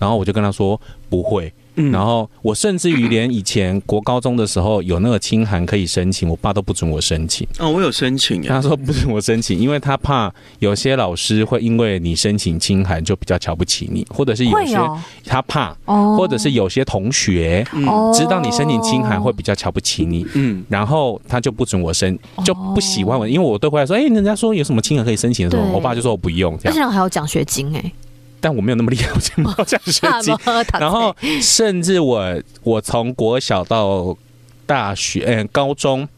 S2: 然后我就跟他说：“不会。”
S1: 嗯
S2: 然后我甚至于连以前国高中的时候有那个清函可以申请，我爸都不准我申请。
S1: 哦，我有申请呀，
S2: 他说不准我申请，因为他怕有些老师会因为你申请清函就比较瞧不起你，或者是有
S3: 会
S2: 些
S3: 哦，
S2: 他怕，
S3: 哦，
S2: 或者是有些同学
S1: 嗯
S3: 哦
S2: 知道你申请清函会比较瞧不起你。
S1: 嗯
S2: 然后他就不准我申，就不喜欢我，因为我对回来说，哎、人家说有什么亲人可以申请的时候，
S3: 哦对
S2: 我爸就说我不用这
S3: 而且
S2: 样，
S3: 还有奖学金哎，。
S2: 但我没有那么厉害，我就没有这样学金
S3: 然
S2: 然后甚至我我从国小到大学，嗯、高中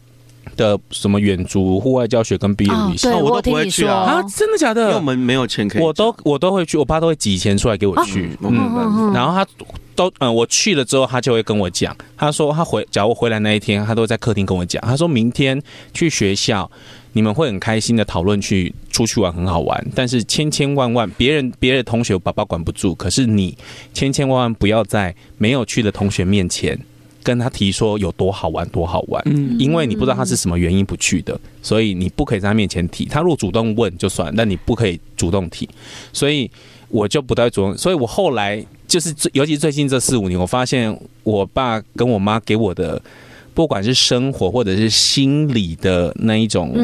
S2: 的什么远足、户外教学跟毕业
S3: 哦
S2: 旅，行、
S3: 对，
S1: 哦我
S3: 我
S1: 都
S3: 有听
S1: 不会
S3: 你
S1: 去
S3: 说，
S1: 啊
S2: 啊，真的假
S1: 因为我
S2: 的？
S1: 们没有钱可以，
S2: 我都我都会去，我爸都会挤钱出来给我去。
S1: 嗯，我没有办法，
S2: 然后他都嗯，我去了之后，他就会跟我讲，他说他回，假如我回来那一天，他都在客厅跟我讲，他说明天去学校。你们会很开心的讨论去出去玩，很好玩。但是千千万万，别人别的同学爸爸管不住，可是你千千万万不要在没有去的同学面前跟他提说有多好玩，多好玩。
S1: 嗯
S2: 因为你不知道他是什么原因不去的，所以你不可以在他面前提。他如果主动问就算，但你不可以主动提。所以我就不太主动。所以我后来就是最，尤其最近这四五年，我发现我爸跟我妈给我的，不管是生活或者是心理的那一种、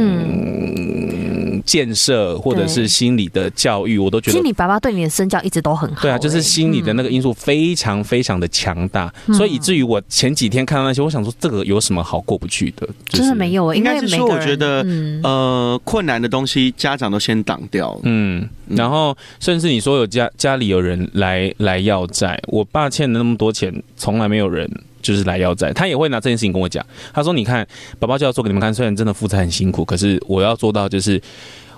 S2: 建设，或者是心理的教育，我都觉
S3: 其
S2: 得
S3: 实你爸爸对你的身教一直都很好、
S2: 对啊，就是
S3: 欸嗯
S2: 心理的那个因素非常非常的强大，所以以至于我前几天看到那些，我想说这个有什么好过不去的？就是、
S3: 真的没有欸，
S1: 应
S3: 因为
S1: 该是
S3: 每
S1: 说
S3: 个
S1: 我觉
S3: 人
S1: 得
S3: 嗯
S1: 呃，困难的东西家长都先挡掉了。
S2: 嗯，然后甚至你说有家家里有人来来要债，我爸欠了那么多钱，从来没有人就是来要债，他也会拿这件事情跟我讲。他说：“你看，宝宝就要做给你们看，虽然真的负债很辛苦，可是我要做到就是。”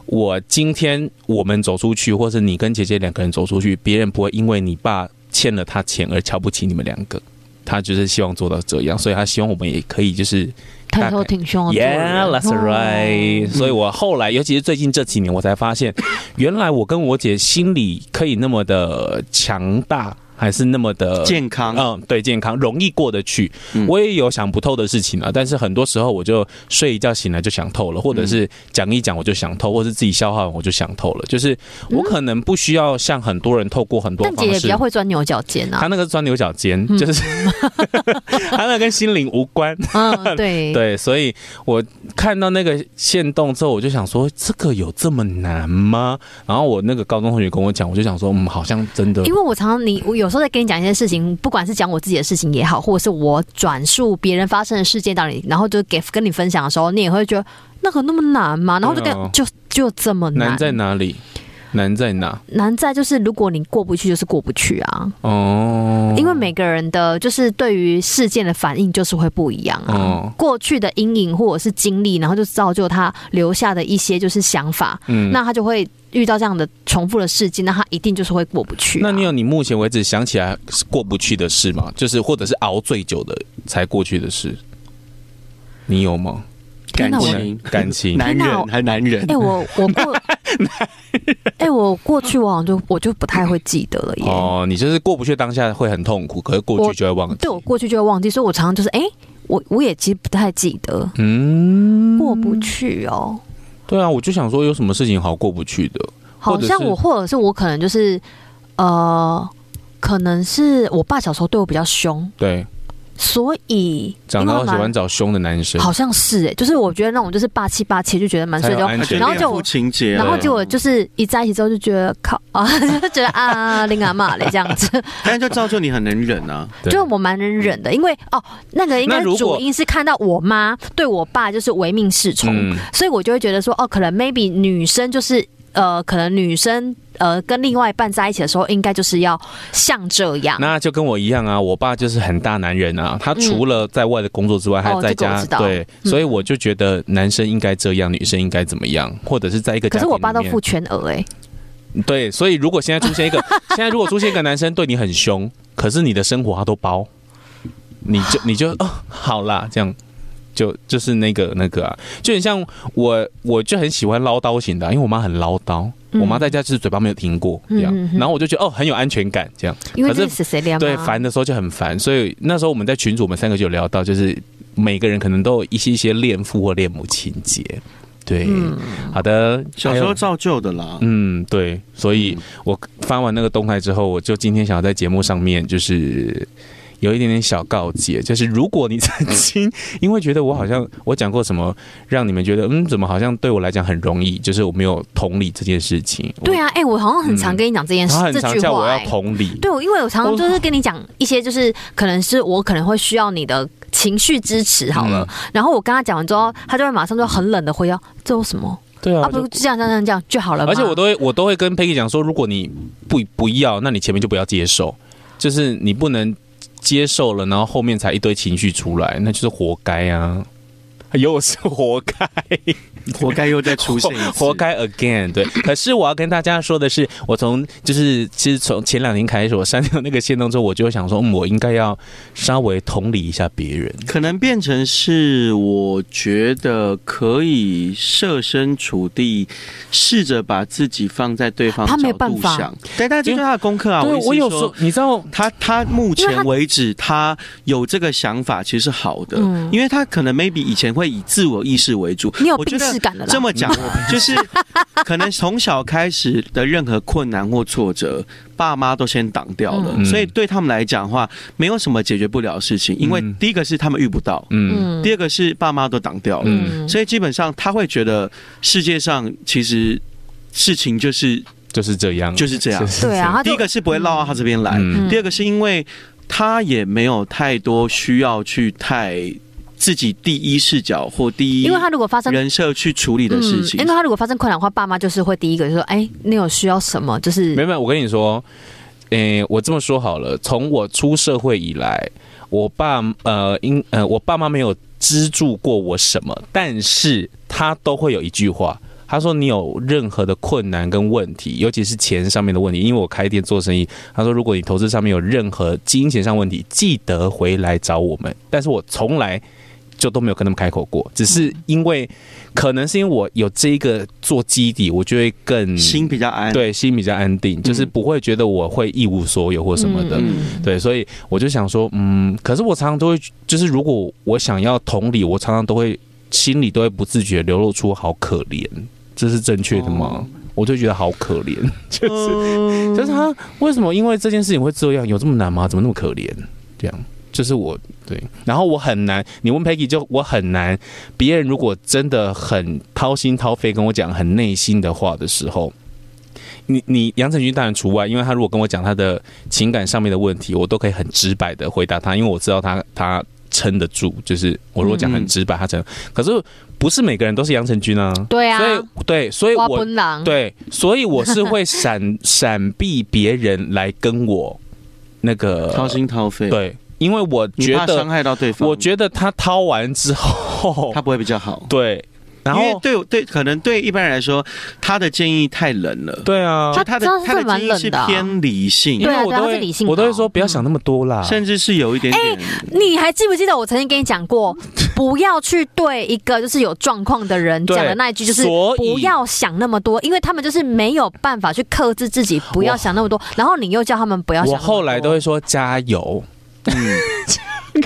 S2: 我今天我们走出去，或是你跟姐姐两个人走出去，别人不会因为你爸欠了他钱而瞧不起你们两个。他就是希望做到这样，所以他希望我们也可以就是
S3: 抬头挺胸的做人
S2: Yeah, that's
S3: 哦
S2: right、所以我后来，尤其是最近这几年，我才发 现，原来我跟我姐心理可以那么的强大，还是那么的
S1: 健康，
S2: 嗯，对，健康容易过得去。
S1: 嗯
S2: 我也有想不透的事情啊，但是很多时候我就睡一觉醒来就想透了，或
S1: 嗯
S2: 者是讲一讲我就想透，或是自己消化完我就想透了。就是我可能不需要像很多人透过很多
S3: 但
S2: 方
S3: 姐姐
S2: 式
S3: 比较会嗯钻牛角 尖
S2: 他
S3: 啊，
S2: 那个是钻牛角尖，就是 他那个跟心灵无关。
S3: 嗯，对，
S2: 对，所以我看到那个线动之后，我就想说，这个有这么难吗？然后我那个高中同学跟我讲，我就想说，嗯，好像真的
S3: 因为我常常你我有时候在跟你讲一些事情，不管是讲我自己的事情也好，或者是我转述别人发生的事件到你，然后就给跟你分享的时候，你也会觉得那个那么难吗？然后就
S2: 对
S3: 跟、
S2: 啊
S1: 嗯
S3: 就就这么难，
S2: 难在哪里？难在哪？
S3: 难在就是如果你过不去，就是过不去啊，
S2: 哦，
S3: 因为每个人的就是对于事件的反应就是会不一样啊。
S2: 哦，
S3: 过去的阴影或者是经历，然后就造就他留下的一些就是想法，
S2: 嗯，
S3: 那他就会遇到这样的重复的事情，那他一定就是会过不去啊、
S2: 那你有你目前为止想起来是过不去的事吗？就是或者是熬最久的才过去的事，你有吗？
S1: 感
S3: 天哪我
S1: 情，
S2: 感情
S1: 男
S3: 天哪我
S1: 人还男人
S3: 哎、，我 我过，哎、我过去我好像就我就不太会记得了耶。
S2: 哦，你就是过不去当下会很痛苦，可是过
S3: 我
S2: 去就会忘记。
S3: 对我过去就会忘记，所以我常常就是哎、我我也其实不太记得
S2: 嗯，
S3: 过不去哦。
S2: 对啊，我就想说，有什么事情好过不去的？或
S3: 好
S2: 者
S3: 像
S2: 是
S3: 我或者是我可能就是呃，可能是我爸小时候对我比较凶，
S2: 对，
S3: 所以
S2: 长
S3: 因为
S2: 大
S3: 我
S2: 后喜
S3: 蛮
S2: 欢找凶的男生，嗯
S3: 好像是哎、就是我觉得那种就是霸气霸气，就觉得蛮
S2: 才有
S3: 帅就
S2: 安
S1: 而
S2: 全
S1: 且
S2: 感嗯
S3: 然后就
S1: 恋父情节，
S3: 然后结果就是一在一起之后就觉得靠 啊，就觉得啊，林阿骂嘞这样子，
S1: 但是就造就你很能忍 啊。
S2: 对
S3: 就我蛮能忍的，因为哦，那个应该
S2: 那如
S3: 是
S2: 果
S3: 主因是看到我妈对我爸就是唯命是从，
S2: 嗯
S3: 所以我就会觉得说，哦，可能 maybe 女生就是呃，可能女生呃跟另外一半在一起的时候，应该就是要像这样。
S2: 那就跟我一样啊，我爸就是很大男人啊，他除了在外的工作之外，还
S3: 嗯哦
S2: 在
S3: 这个我
S2: 家、
S3: 知道
S2: 对，
S3: 嗯
S2: 所以我就觉得男生应该这样，女生应该怎么样，或者是在一个家
S3: 可是
S2: 庭
S3: 我爸都
S2: 里面
S3: 付全额哎、
S2: 对，所以如果现在出现一个， 现在如果出现一个男生对你很凶，可是你的生活他都包，你 就你就哦，好啦，这样就就是那个那个啊，就很像我，我就很喜欢唠叨型的啊、因为我妈很唠叨，我妈在家就是嘴巴没有停过这样
S3: 嗯嗯嗯，嗯
S2: 然后我就觉得哦很有安全感这样，
S3: 因为
S2: 可
S3: 这
S2: 是
S3: 是谁啊谁
S2: 对烦的时候就很烦，所以那时候我们在群组我们三个就有聊到，就是每个人可能都有一些一些恋父或恋母情节，对，
S3: 嗯
S2: 好的，
S1: 小
S2: 还
S1: 时
S2: 有
S1: 候造就的啦，
S2: 嗯，对，所以我发完那个动态之后，我就今天想要在节目上面就是有一点点小告诫，就是如果你曾经因为觉得我好像我讲过什么，让你们觉得嗯，怎么好像对我来讲很容易，就是我没有同理这件事情。
S3: 对
S2: 啊，
S3: 啊，哎、我好像很常跟你讲这件事、
S2: 嗯他很
S3: 这
S2: 常
S3: 句
S2: 叫
S3: 话
S2: 我
S3: 哎、
S2: 要同理，
S3: 对，我因为我常
S2: 我
S3: 常就是跟你讲一些，就是可能是我可能会需要你的情绪支持好了。
S2: 嗯
S3: 然后我跟他讲完之后，他就会马上就很冷的回答：“这有什么？
S2: 对
S3: 啊，
S2: 啊。
S3: 不
S2: 就
S3: 就这样这样这样这样就好了嘛。”
S2: 而且我都会，我都会跟 Peggy 讲说，如果你不不要，那你前面就不要接受，就是你不能接受了，然后后面才一堆情绪出来，那就是活该啊。又是活该，
S1: 活该又再出现一次，
S2: 活该 again。对，可是我要跟大家说的是，我从就是其实从前两年开始，我删掉那个线动之后，我就想说，嗯，我应该要稍微同理一下别人。
S1: 可能变成是，我觉得可以设身处地，试着把自己放在对方
S3: 他没有
S1: 角
S3: 办
S1: 度
S3: 法
S1: 想。对，但这就是他的功课啊。
S2: 对
S1: 我意思
S2: 我有时
S1: 说
S2: 候，你知道，
S1: 他他目
S3: 因为他
S1: 前为止，他有这个想法其实是好的，
S3: 嗯
S1: 因为他可能 maybe 以前会以自我意识为主。
S3: 你有
S1: 我觉
S3: 病
S1: 得
S3: 耻感的啦
S1: 这。么讲，我就是可能从小开始的任何困难或挫折，爸妈都先挡掉了，
S2: 嗯
S1: 所以对他们来讲的话，没有什么解决不了的事情，因为
S2: 嗯
S1: 第一个是他们遇不到，
S2: 嗯，
S3: 嗯
S1: 第二个是爸妈都挡掉了，
S3: 嗯，
S1: 所以基本上他会觉得世界上其实事情就是
S2: 就是这样，
S1: 就是这样。
S3: 对啊，，他
S1: 第
S3: 就
S1: 一个是不会绕到他这边来，
S2: 嗯
S1: 第二个是因为他也没有太多需要去太自己第一视角或第一
S3: 因为他如果发生
S1: 人设去处理的事情
S3: 因为。嗯他如果发生困难的话，爸妈就是会第一个就说：“哎、你有需要什么？”就是
S2: 没有，我跟你说，诶、我这么说好了，从我出社会以来，我爸呃，因呃，我爸妈没有资助过我什么，但是他都会有一句话。他说：“你有任何的困难跟问题，尤其是钱上面的问题，因为我开店做生意。他说，如果你投资上面有任何金钱上问题，记得回来找我们。但是我从来就都没有跟他们开口过，只是因为可能是因为我有这一个做基底，我就会更
S1: 心比较安，
S2: 对，心比较安定，就是不会觉得我会一无所有或什么的。
S1: 嗯
S2: 对，所以我就想说，嗯，可是我常常都会，就是如果我想要同理，我常常都会心里都会不自觉流露出好可怜，这是正确的
S1: 哦
S2: 吗？我就觉得好可怜， 就是、
S1: 嗯，
S2: 就是他为什么因为这件事情会这样，有这么难吗？怎么那么可怜？这样就是我对，然后我很难，你问 Peggy 就我很难，别人如果真的很掏心掏肺跟我讲很内心的话的时候。你你杨丞琳当然除外，因为他如果跟我讲他的情感上面的问题，我都可以很直白的回答他，因为我知道他他撑得住，就是我如果讲很直白，他撑。可是不是每个人都是杨丞琳啊，
S3: 对啊，
S2: 所以对，所以
S3: 挖
S2: 我
S3: 奔狼，
S2: 对，所以我是会闪 闪避别人来跟我那个
S1: 掏心掏肺，，
S2: 对，因为我
S1: 你
S2: 觉
S1: 怕伤
S2: 得
S1: 害到对方，
S2: 我觉得他掏完之后
S1: 他，不会比较好。
S2: 对，然
S1: 因为
S2: 后
S1: 对我对，可能对一般人来说，他的建议太冷了，
S2: 对啊，
S1: 就他的
S3: 他真的是
S1: 他的
S3: 蛮
S1: 建议
S3: 冷
S1: 是
S3: 的啊
S1: 偏理
S2: 因
S1: 性，
S3: 对
S2: 为
S3: 啊
S2: 我
S3: 对啊
S2: 都
S3: 他
S2: 会
S3: 是理性
S2: 我都会
S3: 的嗯
S2: 说不要想那么多啦，
S1: 甚至是有一点点
S3: 你还记不记得我曾经跟你讲过，不要去对一个就是有状况的人
S2: 对
S3: 讲的那一句，就是
S2: 所以
S3: 不要想那么多，因为他们就是没有办法去克制自己，不要想那么多。然后你又叫他们不要想
S2: 我
S3: 那么多，
S2: 后来都会说加油。
S1: 嗯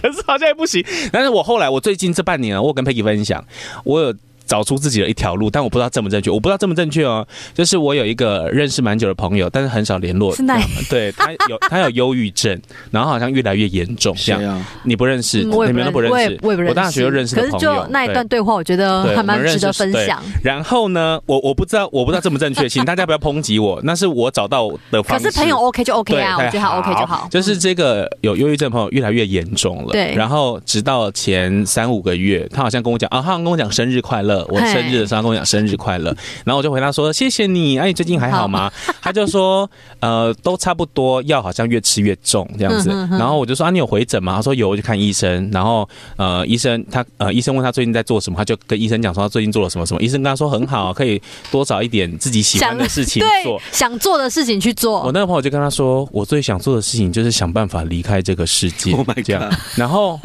S2: 可是好像也不行。但是我后来，我最近这半年啊，我有跟 Peggy 分享，我有找出自己的一条路，但我不知道正不正确，我不知道正不正确哦。就是我有一个认识蛮久的朋友，但是很少联 络。
S3: 是那
S2: 对他有他有忧郁症，然后好像越来越严重。这
S1: 谁
S2: 样
S1: 啊？
S2: 你不认识，
S3: 嗯我也
S2: 你们都不认
S3: 我
S2: 识
S3: 也，我也不认识。
S2: 我大学就认识的
S3: 可是
S2: 朋友
S3: 就那一段对话，我觉得
S2: 对
S3: 还蛮
S2: 我们
S3: 值得
S2: 认识
S3: 分
S2: 对
S3: 享。
S2: 然后呢，我我不知道我不知道正不正确，请大家不要抨击我，那是我找到的
S3: 可
S2: 方式。
S3: 是朋友 OK 就 OK
S2: 对，哎
S3: 啊，我觉得他 OK 就好。嗯
S2: 就是这个有忧郁症的朋友越来越严重了，
S3: 对
S2: 然后直到前三五个月，他好像跟我讲啊，他好像跟我讲生日快乐，我
S3: 嘿
S2: 生日的时候他跟我讲生日快乐，然后我就回答说谢谢你，哎、你最近还好 吗？
S3: 嗯
S2: 他就说呃都差不多，药好像越吃越重这样子，
S3: 嗯哼哼
S2: 然后我就说啊你有回诊吗？他说有，我去看医生，然后呃医生他呃医生问他最近在做什么，他就跟医生讲说他最近做了什么什么，医生跟他说很好，可以多找一点自己喜欢的事情做
S3: 对，想做的事情去
S2: 我
S3: 做，
S2: 那个朋友就跟他说，我最想做的事情就是想办法离开这个世 界。
S1: Oh my god
S2: 这样，然后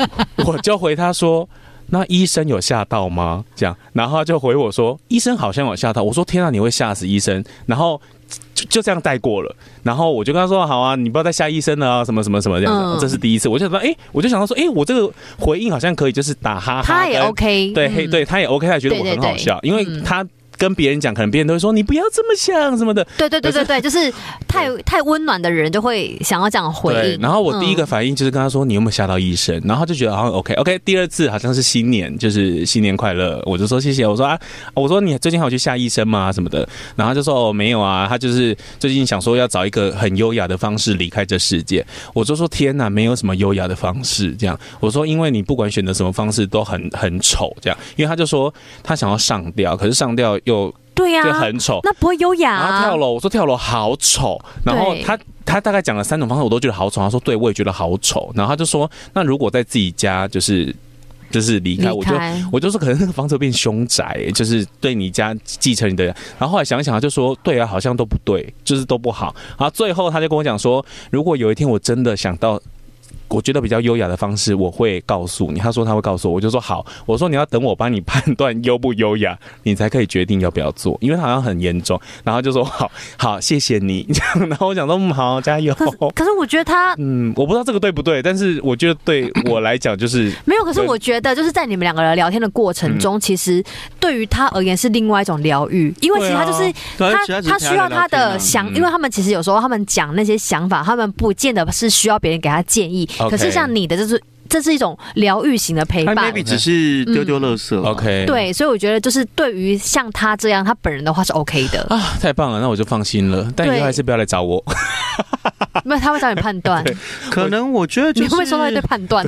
S2: 我就回他说。那医生有吓到吗？这样，然后他就回我说，医生好像有吓到。我说天啊，你会吓死医生。然后就就这样带过了。然后我就跟他说，好啊，你不要再吓医生了啊，什么什么什么这样子。
S3: 嗯
S2: 这是第一次，我就想到，哎、我就想到说，哎、我这个回应好像可以，就是打哈哈。
S3: 他也 OK。
S2: 对，
S3: 嗯
S2: 嘿，对，他也 OK，他也觉得我很好笑，
S3: 对对对
S2: 因为
S3: 嗯
S2: 他跟别人讲，可能别人都会说你不要这么想什么的。
S3: 对对对对 对，就是太太温暖的人就会想要这样回
S2: 对，
S3: 应。
S2: 然后我第一个
S3: 嗯
S2: 反应就是跟他说：“你有没有吓到医生？”然后他就觉得好像 OK OK。第二次好像是新年，就是新年快乐，我就说谢谢。我说啊，我说你最近还有去吓医生吗？什么的。然后他就说哦没有啊，他就是最近想说要找一个很优雅的方式离开这世界。我就说天哪，没有什么优雅的方式这样。我说因为你不管选择什么方式都很很丑这样，因为他就说他想要上吊，可是上吊又
S3: 对呀、
S2: 就很丑。
S3: 那不会优雅、
S2: 然后
S3: 啊。
S2: 跳楼，我说跳楼好丑。然后
S3: 对
S2: 他他大概讲了三种方式，我都觉得好丑。他说对，我也觉得好丑。然后他就说，那如果在自己家就是就是离开，我就
S3: 离开
S2: 我就说可能那个房子变凶宅、就是对你家继承你的。然后后来想一想，他就说对啊，好像都不对，就是都不好。然后最后他就跟我讲说，如果有一天我真的想到。我觉得比较优雅的方式，我会告诉你。他说他会告诉我，我就说好。我说你要等我帮你判断优不优雅，你才可以决定要不要做，因为他好像很严重。然后就说好好，谢谢你。 然后我想说嗯好，加油。
S3: 可是可是我觉得他
S2: 嗯，我不知道这个对不对，但是我觉得对我来讲就是
S3: 没有，可是
S2: 对
S3: 我觉得就是在你们两个人聊天的过程中，其实对于他而言是另外一种疗愈，因为其实他就是、
S1: 对啊
S3: 他他需要他的想，
S2: 嗯
S3: 因为他们其实有时候他们讲那些想法，他们不见得是需要别人给他建议，
S2: OK
S3: 可是像你的就是这是一种疗愈型的陪
S1: 他
S3: 伴
S1: maybe。只是丢丢垃圾。
S2: OK，
S3: 对，所以我觉得就是对于像他这样，他本人的话是 OK 的，
S2: 啊，太棒了，那我就放心了。但以
S3: 对
S2: 后还是不要来找我。
S3: 没有他会找你判 断，
S1: 可能我觉得
S3: 你
S1: 就
S3: 会不会收到一堆
S1: 是
S3: 判 断？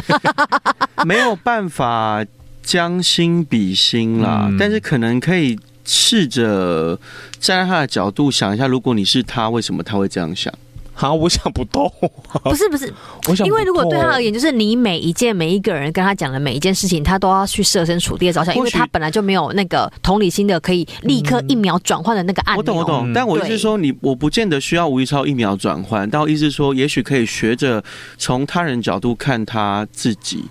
S1: 没有办法将心比心啦，
S2: 嗯
S1: 但是可能可以试着站在他的角度想一下，如果你是他，为什么他会这样想？
S2: 好，我想不透，
S3: 不是不是，
S2: 我想不透
S3: 因为如果对他而言，就是你每一件每一个人跟他讲的每一件事情，他都要去设身处地的着想，因
S1: 或
S3: 为
S1: 许
S3: 他本来就没有那个同理心的，可以立刻一秒转换的那个按钮。
S1: 我懂，我懂，
S2: 嗯
S1: 但我意思是说你，我不见得需要吴一超一秒转换，但我意思是说，也许可以学着从他人角度看他自己，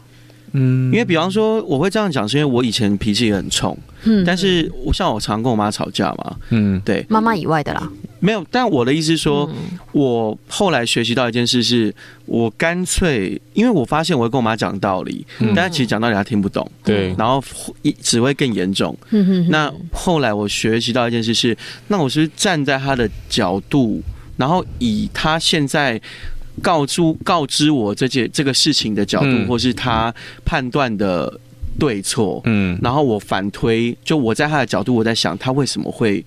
S2: 嗯
S1: 因为比方说，我会这样讲，是因为我以前脾气也很冲，
S3: 嗯
S1: 但是我像我常跟我妈吵架嘛，
S2: 嗯
S1: 对，
S3: 妈妈以外的啦，
S1: 没有，但我的意思是说，我后来学习到一件事是，我干脆，因为我发现我会跟我妈讲道理，
S2: 嗯
S1: 但是其实讲道理她听不懂，
S2: 对
S1: 然后一只会更严重。
S3: 嗯哼哼
S1: 那后来我学习到一件事是，那我是站在她的角度，然后以她现在。告知告知我这件这个事情的角度，
S2: 嗯
S1: 或是她判断的对错，
S2: 嗯
S1: 然后我反推，就我在他的角度，我在想他为什么会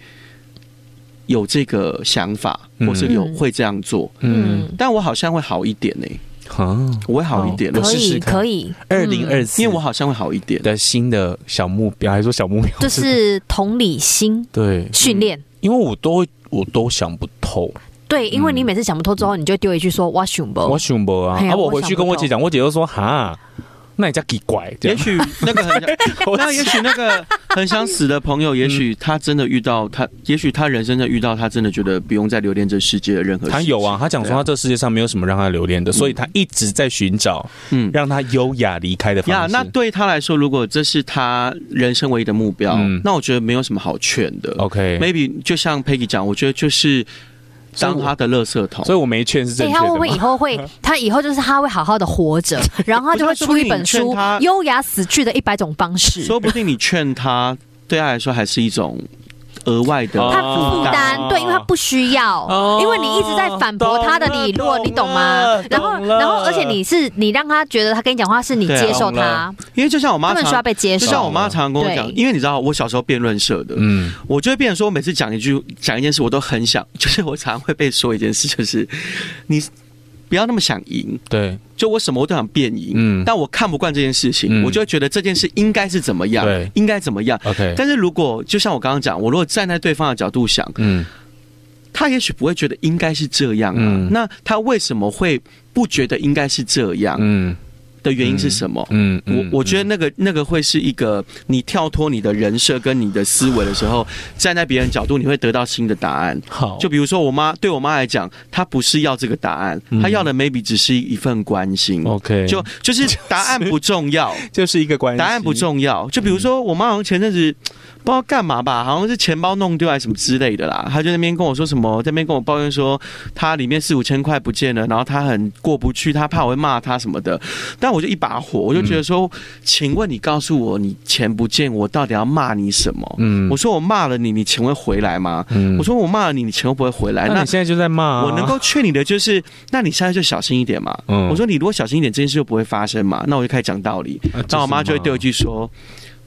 S1: 有这个想法，
S2: 嗯
S1: 或是有
S3: 嗯
S1: 会这样做。
S2: 嗯，
S1: 但我好像会好一点呢、
S2: 好，嗯
S1: 我会好一点
S2: 我
S1: 哦，
S3: 可
S2: 试试
S3: 以
S2: 看
S3: 可以，
S2: 二零二四，
S1: 因为我好像会好一点。
S2: 的新的小目标，还是说小目标，
S3: 就是同理心
S2: 对，
S3: 训
S1: 嗯
S3: 练。
S2: 因为我都我都想不透，
S3: 对，因为你每次想不透之后，你就丢一句说“我想不”，
S2: 我想不啊
S3: 嘿，
S2: 啊，
S3: 哦哎我
S2: 我回去跟我姐讲，我姐就说哈，那你家奇怪，这
S1: 也
S2: 样
S1: 许那个很 想，那也许那个很想死的朋友，也许
S2: 嗯
S1: 他真的遇到他，也许他人生的遇到他真的觉得不用再留恋这世界的任何事。
S2: 他有，啊，他讲说
S1: 对啊
S2: 他这世界上没有什么让他留恋的，所以他一直在寻找
S1: 嗯
S2: 让他优雅离开的
S1: 呀
S2: 方，式。
S1: 那对他来说，如果这是他人生唯一的目标
S2: 嗯，
S1: 那我觉得没有什么好劝的。
S2: OK，
S1: maybe 就像 Peggy 讲，我觉得就是当他的垃圾桶
S2: 所。以我没劝是正
S3: 对，
S2: 确
S3: 哎他会
S2: 的
S3: 不会以
S2: 吗。
S3: 后会，他以后就是他会好好的活着，然后他就会出一本
S1: 不
S3: 书
S1: 是说不定你劝他
S3: 《优雅死去的一百种方式》。
S1: 说不定你劝他，对他来说还是一种额外的
S3: 他负
S2: 哦
S3: 担，对，因为他不需要，
S2: 哦
S3: 因为你一直在反驳他的理
S2: 懂
S3: 论，
S2: 了
S3: 你懂吗？然
S2: 懂
S3: 后，
S2: 了
S3: 然后，而且你是你让他觉得他跟你讲话是你
S1: 对啊
S3: 接受
S2: 懂了
S3: 他，
S1: 因为就像我
S3: 他
S1: 妈
S3: 们需要
S1: 常，
S3: 被接
S1: 就像
S3: 受。
S1: 我妈常跟我讲
S3: 对，
S1: 因为你知道我小时候辩论社的，
S2: 哦嗯，
S1: 我就会变成说，我每次讲一句讲一件事，我都很想， 就是我常会被说一件事，就是你不要那么想赢，
S2: 对，
S1: 就我什么我都想辩赢，
S2: 嗯
S1: 但我看不惯这件事情，
S2: 嗯
S1: 我就会觉得这件事应该是怎么样
S2: 对，
S1: 应该怎么样。
S2: OK，
S1: 但是如果就像我刚刚讲，我如果站在对方的角度想，
S2: 嗯
S1: 他也许不会觉得应该是这样啊。
S2: 嗯
S1: 那他为什么会不觉得应该是这样
S2: 嗯
S1: 的原因是什么？
S2: 嗯，嗯
S1: 哦我我觉得那个那个会是一个你跳脱你的人设跟你的思维的时候，站在别人角度，你会得到新的答案。
S2: 好，
S1: 就比如说我妈，对我妈来讲，她不是要这个答案，
S2: 嗯
S1: 她要的 maybe 只是一份关心。
S2: OK，
S1: 就就是答案不重要，
S2: 就是一个关系，
S1: 答案不重要。就比如说，我妈好像前阵子不知道干嘛吧，好像是钱包弄丢还是什么之类的啦，她就在那边跟我说什么，在那边跟我抱怨说她里面四五千块不见了，然后她很过不去，她怕我会骂她什么的。但我就一把火，我就觉得说，请问你告诉我，你钱不见，我到底要骂你什么？
S2: 嗯
S1: 我说我骂了你，你钱会回来吗？
S2: 嗯
S1: 我说我骂了你，你钱会不会回来？
S2: 那
S1: 那
S2: 你现在就在骂啊，
S1: 我能够劝你的就是，那你现在就小心一点嘛。
S2: 嗯
S1: 我说你如果小心一点，这件事就不会发生嘛。那我就开始讲道理，
S2: 啊，
S1: 那我妈就会丢一
S2: 对，
S1: 句说：“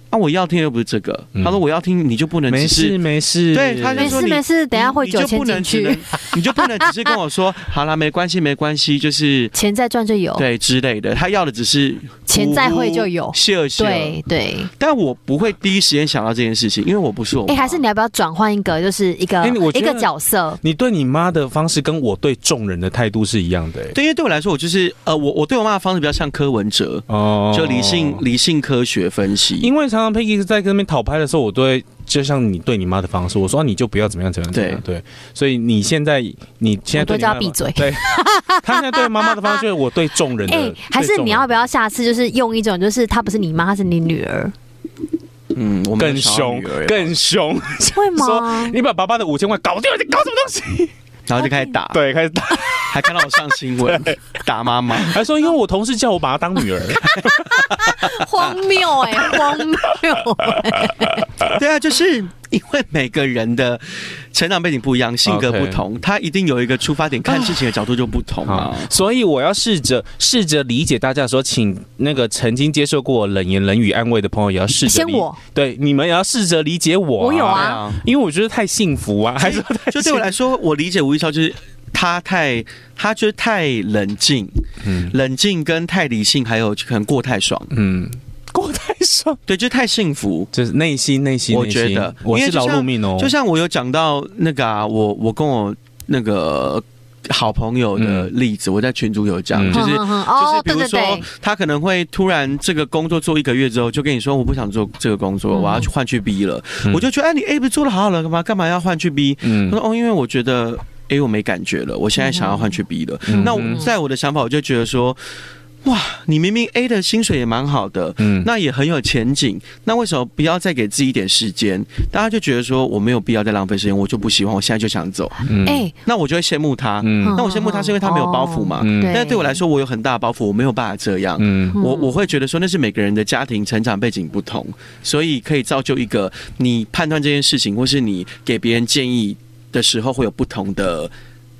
S1: 啊，我要听又不是这个。
S2: 嗯
S1: 她说：“我要听，你就不能
S2: 没
S1: 只
S2: 事
S1: 是。”
S2: 没事，
S1: 对她就
S3: 没
S1: 说
S3: 事
S1: 你
S3: 没事，等一下会
S1: 你
S3: 九
S1: 就
S3: 千
S1: 不
S3: 进
S1: 能只能
S3: 去，，
S1: 你就不能只是跟我说，好啦，没关系，没关系，就是
S3: 钱再赚就有。
S1: 对之类的。她要的只是
S3: 哦潜在会就有
S1: 谢谢。
S3: 对对，
S1: 但我不会第一时间想到这件事情，因为我不是我妈。
S3: 哎，还是你要不要转换一个，就是一个
S2: 哎我觉
S3: 一
S2: 得
S3: 个角色？
S2: 你对你妈的方式跟我对众人的态度是一样的、欸，
S1: 对，因为对我来说，我就是呃，我我对我妈的方式比较像柯文哲，
S2: 哦
S1: 就理性、理性科学分析。
S2: 因为常常 Peggy 在跟那边讨拍的时候，我都会就像你对你妈的方式，我说、啊你就不要怎么样怎么样怎么样，对，所以你现在你现在对你妈
S3: 我都叫她闭嘴
S2: 对，他现在对妈妈的方式，就是我对众人的，
S3: 哎，还是你要不
S2: 要
S3: 要下次就是用一种，就是她不是你妈，她是你女 儿，
S1: 嗯，我们
S2: 更凶更凶？
S3: 会吗
S2: 说？ 你把爸爸的五千块搞掉，你搞什么东西？
S1: 然后就开始打，
S2: 对，开始打，
S1: 还看到我上新闻打妈妈。
S2: 还哎说因为我同事叫我把她当 女儿，
S3: 荒谬 哎，荒谬哎，
S1: 对啊，就是因为每个人的成长背景不一样，性格不
S2: OK
S1: 同，他一定有一个出发点，看事情的角度就不同
S2: 好
S1: 啊。，
S2: 所以我要试着试着理解大家说，请那个曾经接受过冷言冷语安慰的朋友，也要试着
S3: 先
S2: 理
S3: 我，
S2: 对你们也要试着理解我、
S3: 我有
S1: 对
S3: 啊
S1: 啊，
S2: 因为我觉得太幸福啊，还是 太
S1: 就对我来说，我理解吴一超就是他太，他就是太冷静，
S2: 嗯
S1: 冷静跟太理性，还有可能过太爽，
S2: 嗯，过太爽，
S1: 对，就是太幸福。
S2: 就是内心内心，
S1: 我觉得
S2: 内心我
S1: 因
S2: 是
S1: 为就
S2: 劳
S1: 像
S2: 碌命哦，
S1: 就像我有讲到那个啊，我我跟我那个好朋友的例子，我在群组有讲，
S2: 嗯
S1: 就是。
S3: 哼哼
S1: 就是
S3: 哦，
S1: 比
S3: 对
S1: 如
S3: 对
S1: 说
S3: 对，，
S1: 他可能会突然这个工作做一个月之后，就跟你说我不想做这个工作，
S3: 嗯
S1: 我要去换去 B 了。
S2: 嗯
S1: 我就觉得，哎，你 A 不是做的好好的，干嘛干嘛要换去 B？他
S2: 嗯
S1: 说，哦，因为我觉得 A 我没感觉了，我现在想要换去 B 了。
S2: 嗯
S1: 那我在我的想法，我就觉得说，哇，你明明 A 的薪水也蛮好的，
S2: 嗯
S1: 那也很有前景，那为什么不要再给自己一点时间？大家就觉得说我没有必要再浪费时间，我就不喜欢，我现在就想走，
S2: 嗯
S3: 哎，
S1: 那我就会羡慕他。
S2: 嗯
S1: 那我羡慕他是因为他没有包袱嘛
S3: 哦
S2: 嗯
S1: 但是对我来，说，我有很大的包袱，我没有办法这样。
S2: 嗯
S1: 我我会觉得说，那是每个人的家庭成长背景不同，所以可以造就一个你判断这件事情，或是你给别人建议的时候，会有不同的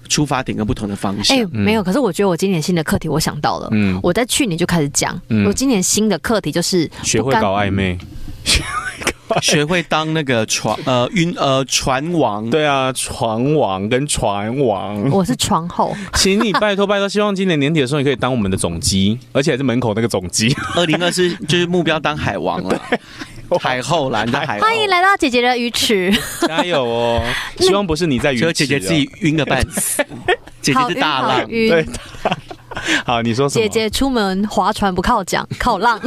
S1: 出发点跟不同的方向。
S3: 哎，没有，可是我觉得我今年新的课题我想到了，
S2: 嗯，
S3: 我在去年就开始讲，
S2: 嗯
S3: 我今年新的课题就是
S2: 学
S3: 不
S2: 会
S3: 甘
S2: 搞暧昧，
S1: 学会当那个船呃晕呃船王，
S2: 对啊，船王跟船 王。
S3: 我是床
S1: 哦
S3: 后，
S2: 请你拜托拜托，希望今年年底的时候你可以当我们的总机，而且还是门口那个总机。
S1: 二零二四就是目标当海王 了，海后啦，你当海后。
S3: 欢迎来到姐姐的鱼池，
S2: 加油哦！ 希望不是你在鱼池
S1: 结
S2: 啊
S1: 果姐姐自己晕个半死，姐姐
S3: 好
S1: 是
S3: 晕
S1: 大
S3: 好
S1: 浪。
S2: 对
S3: 晕。。
S2: 好，你说什么？
S3: 姐姐出门划船不靠桨， 靠浪。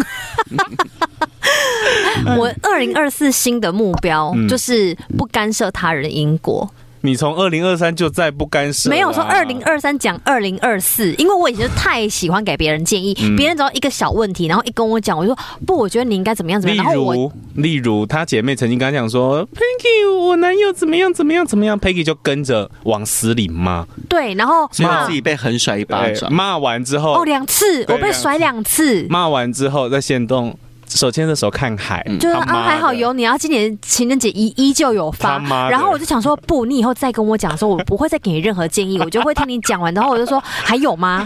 S3: 我二零二四新的目标
S2: 嗯
S3: 就是不干涉他人的因果，
S2: 你从二零二三就再不干涉、
S3: 没有说二零。二三讲二零二四，因为我以前就太喜欢给别人建议，
S2: 嗯
S3: 别人只要一个小问题，然后一跟我讲，我就说不，我觉得你应该怎么样怎么
S2: 例
S3: 样，然后我
S2: 如，例如，她姐妹曾经跟她讲说，Peggy，我男友怎么样怎么样怎么样，Peggy 就跟着往死里骂，
S3: 对，然后
S1: 所以
S3: 骂
S1: 自己被狠甩一巴
S2: 对
S1: 掌，
S2: 骂完之后
S3: 哦，两次，
S2: 对
S3: 我被甩两次。
S2: 骂完之后在线动手牵着手看海，
S1: 嗯
S3: 就是
S2: 他妈
S3: 啊，
S2: 的
S3: 还好有你，然后今年情人节依依旧有
S2: 他
S3: 发
S2: 妈，的
S3: 然后我就想说，不，你以后再跟我讲说，我不会再给你任何建 议，我就会听你讲完，然后我就说还有吗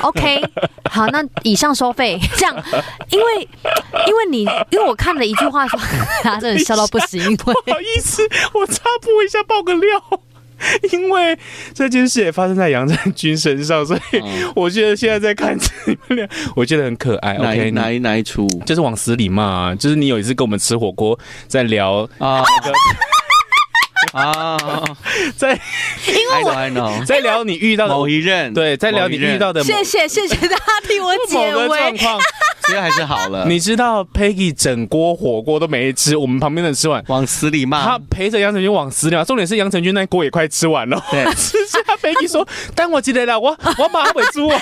S3: ？OK，好，那以上收费这样，因为因为你因为我看了一句话说， 他真的笑到不行，因为
S2: 不好意思，我插播一下，爆个料。 因为这件事也发生在杨占军身上，所以
S1: 嗯
S2: 我觉得现在在看你们俩，我觉得很可
S3: 哎
S2: 爱。
S1: 哪
S2: OK，
S1: 一哪一哪一出
S2: 就是往死里骂、啊，就是你有一次跟我们吃火锅，在聊
S1: 啊
S2: 那个
S1: 啊
S2: 在
S1: ？I know I know，
S2: 在聊你遇到
S1: 某
S2: 的
S1: 一任
S2: 对，在聊你遇到
S1: 的，
S2: 的某
S3: 谢谢谢谢大家替我
S2: 某
S3: 解
S2: 个状
S3: 围，
S2: 况。
S1: 所以还是好了。
S2: 你知道 Peggy 整锅火锅都没吃，我们旁边的人吃完，
S1: 往死里
S2: 他
S1: 骂，
S2: 陪着杨成军往死里骂。重点是杨成军那锅也快吃完了，
S1: 对，
S2: 只 是他 Peggy 说：“但我记得了，我我马尾猪 完，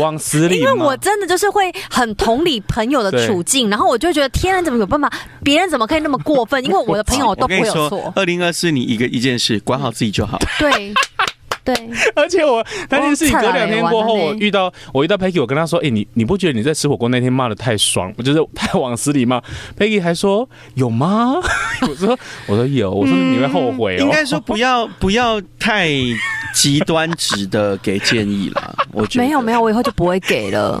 S2: 往死里
S3: 因
S2: 骂。”
S3: 为我真的就是会很同理朋友的
S2: 对
S3: 处境，然后我就会觉得天啊，你怎么有办法？别人怎么可以那么过分？因为我的朋友都
S1: 我
S3: 不
S1: 跟
S3: 会
S1: 你
S3: 有
S1: 说
S3: 错，，
S1: 二零二四你一个一件事，管好自己就好。
S3: 对。对，
S2: 而且我那件事情隔两天过后，
S3: 哇
S2: 我遇到我遇到 Peggy，我跟她说：“哎、你你不觉得你在吃火锅那天骂的太爽，我就是 太往死里骂？”Peggy 还说：“有吗？” 我说：“我说有，我说
S3: 嗯
S2: 你会后悔哦。
S1: 应 该说不要不要太极端值的给建议啦，我觉得
S3: 没有没有，我以后就不会给了。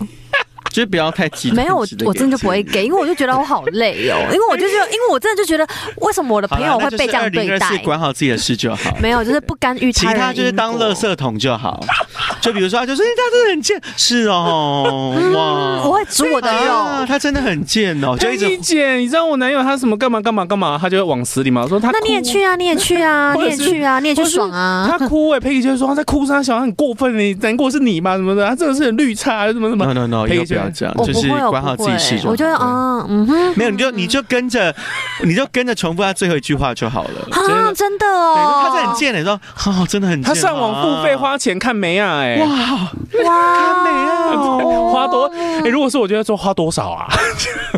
S1: 就是不要太激动。
S3: 没有，我
S1: 直地
S3: 我
S1: 给
S3: 真的就
S1: 建
S3: 不会
S1: 议
S3: 给，因为我就觉得我好 累哦，因为我就觉得，因为我真的就觉得，为什么我的朋友会被这样对待
S1: 是？管好自己的事就好。
S3: 没有，就是不干预
S1: 其
S3: 人
S1: 他就是当
S3: 乐
S1: 垃
S3: 色。
S1: 圾桶就好，就比如说，他就说哎他真的很贱，是哦，哇，
S3: 嗯我会煮我的
S1: 啊
S3: 肉。
S1: 他真的很贱 哦，就一直
S2: 哎你姐，你知道我男友他什么干嘛干嘛干嘛，他就会往死里骂，我说他
S3: 那你也
S2: 哭
S3: 去啊，你也去啊，
S2: 或者
S3: 你也
S2: 是
S3: 去啊，你也去
S2: 或是
S3: 爽啊！
S2: 他哭哎、佩奇就说他在哭啥小，他很过分哎，难过是你吧什么的，他真的是很绿茶什么什么。
S1: no no no，
S2: 配
S1: 以后不
S2: 一些
S1: 要这样，
S3: 我
S1: 就
S3: 不
S1: 是
S3: 会，我
S1: 管好
S3: 不
S1: 自己事
S3: 会，
S1: 就好。
S3: 我觉得啊，嗯哼，
S1: 没有，你就你就跟着，你就跟着重复他最后一句话就好了。
S2: 真
S3: 啊，
S2: 的
S3: 真的
S1: 对，
S3: 哦，
S1: 他真的很贱的，你说哦，真的很贱。
S2: 他上网付费花钱看梅亚哎、哇，
S3: 哇，
S1: 美啊
S2: 花
S3: 哦
S2: 多哎、如果是我觉得说花多少啊？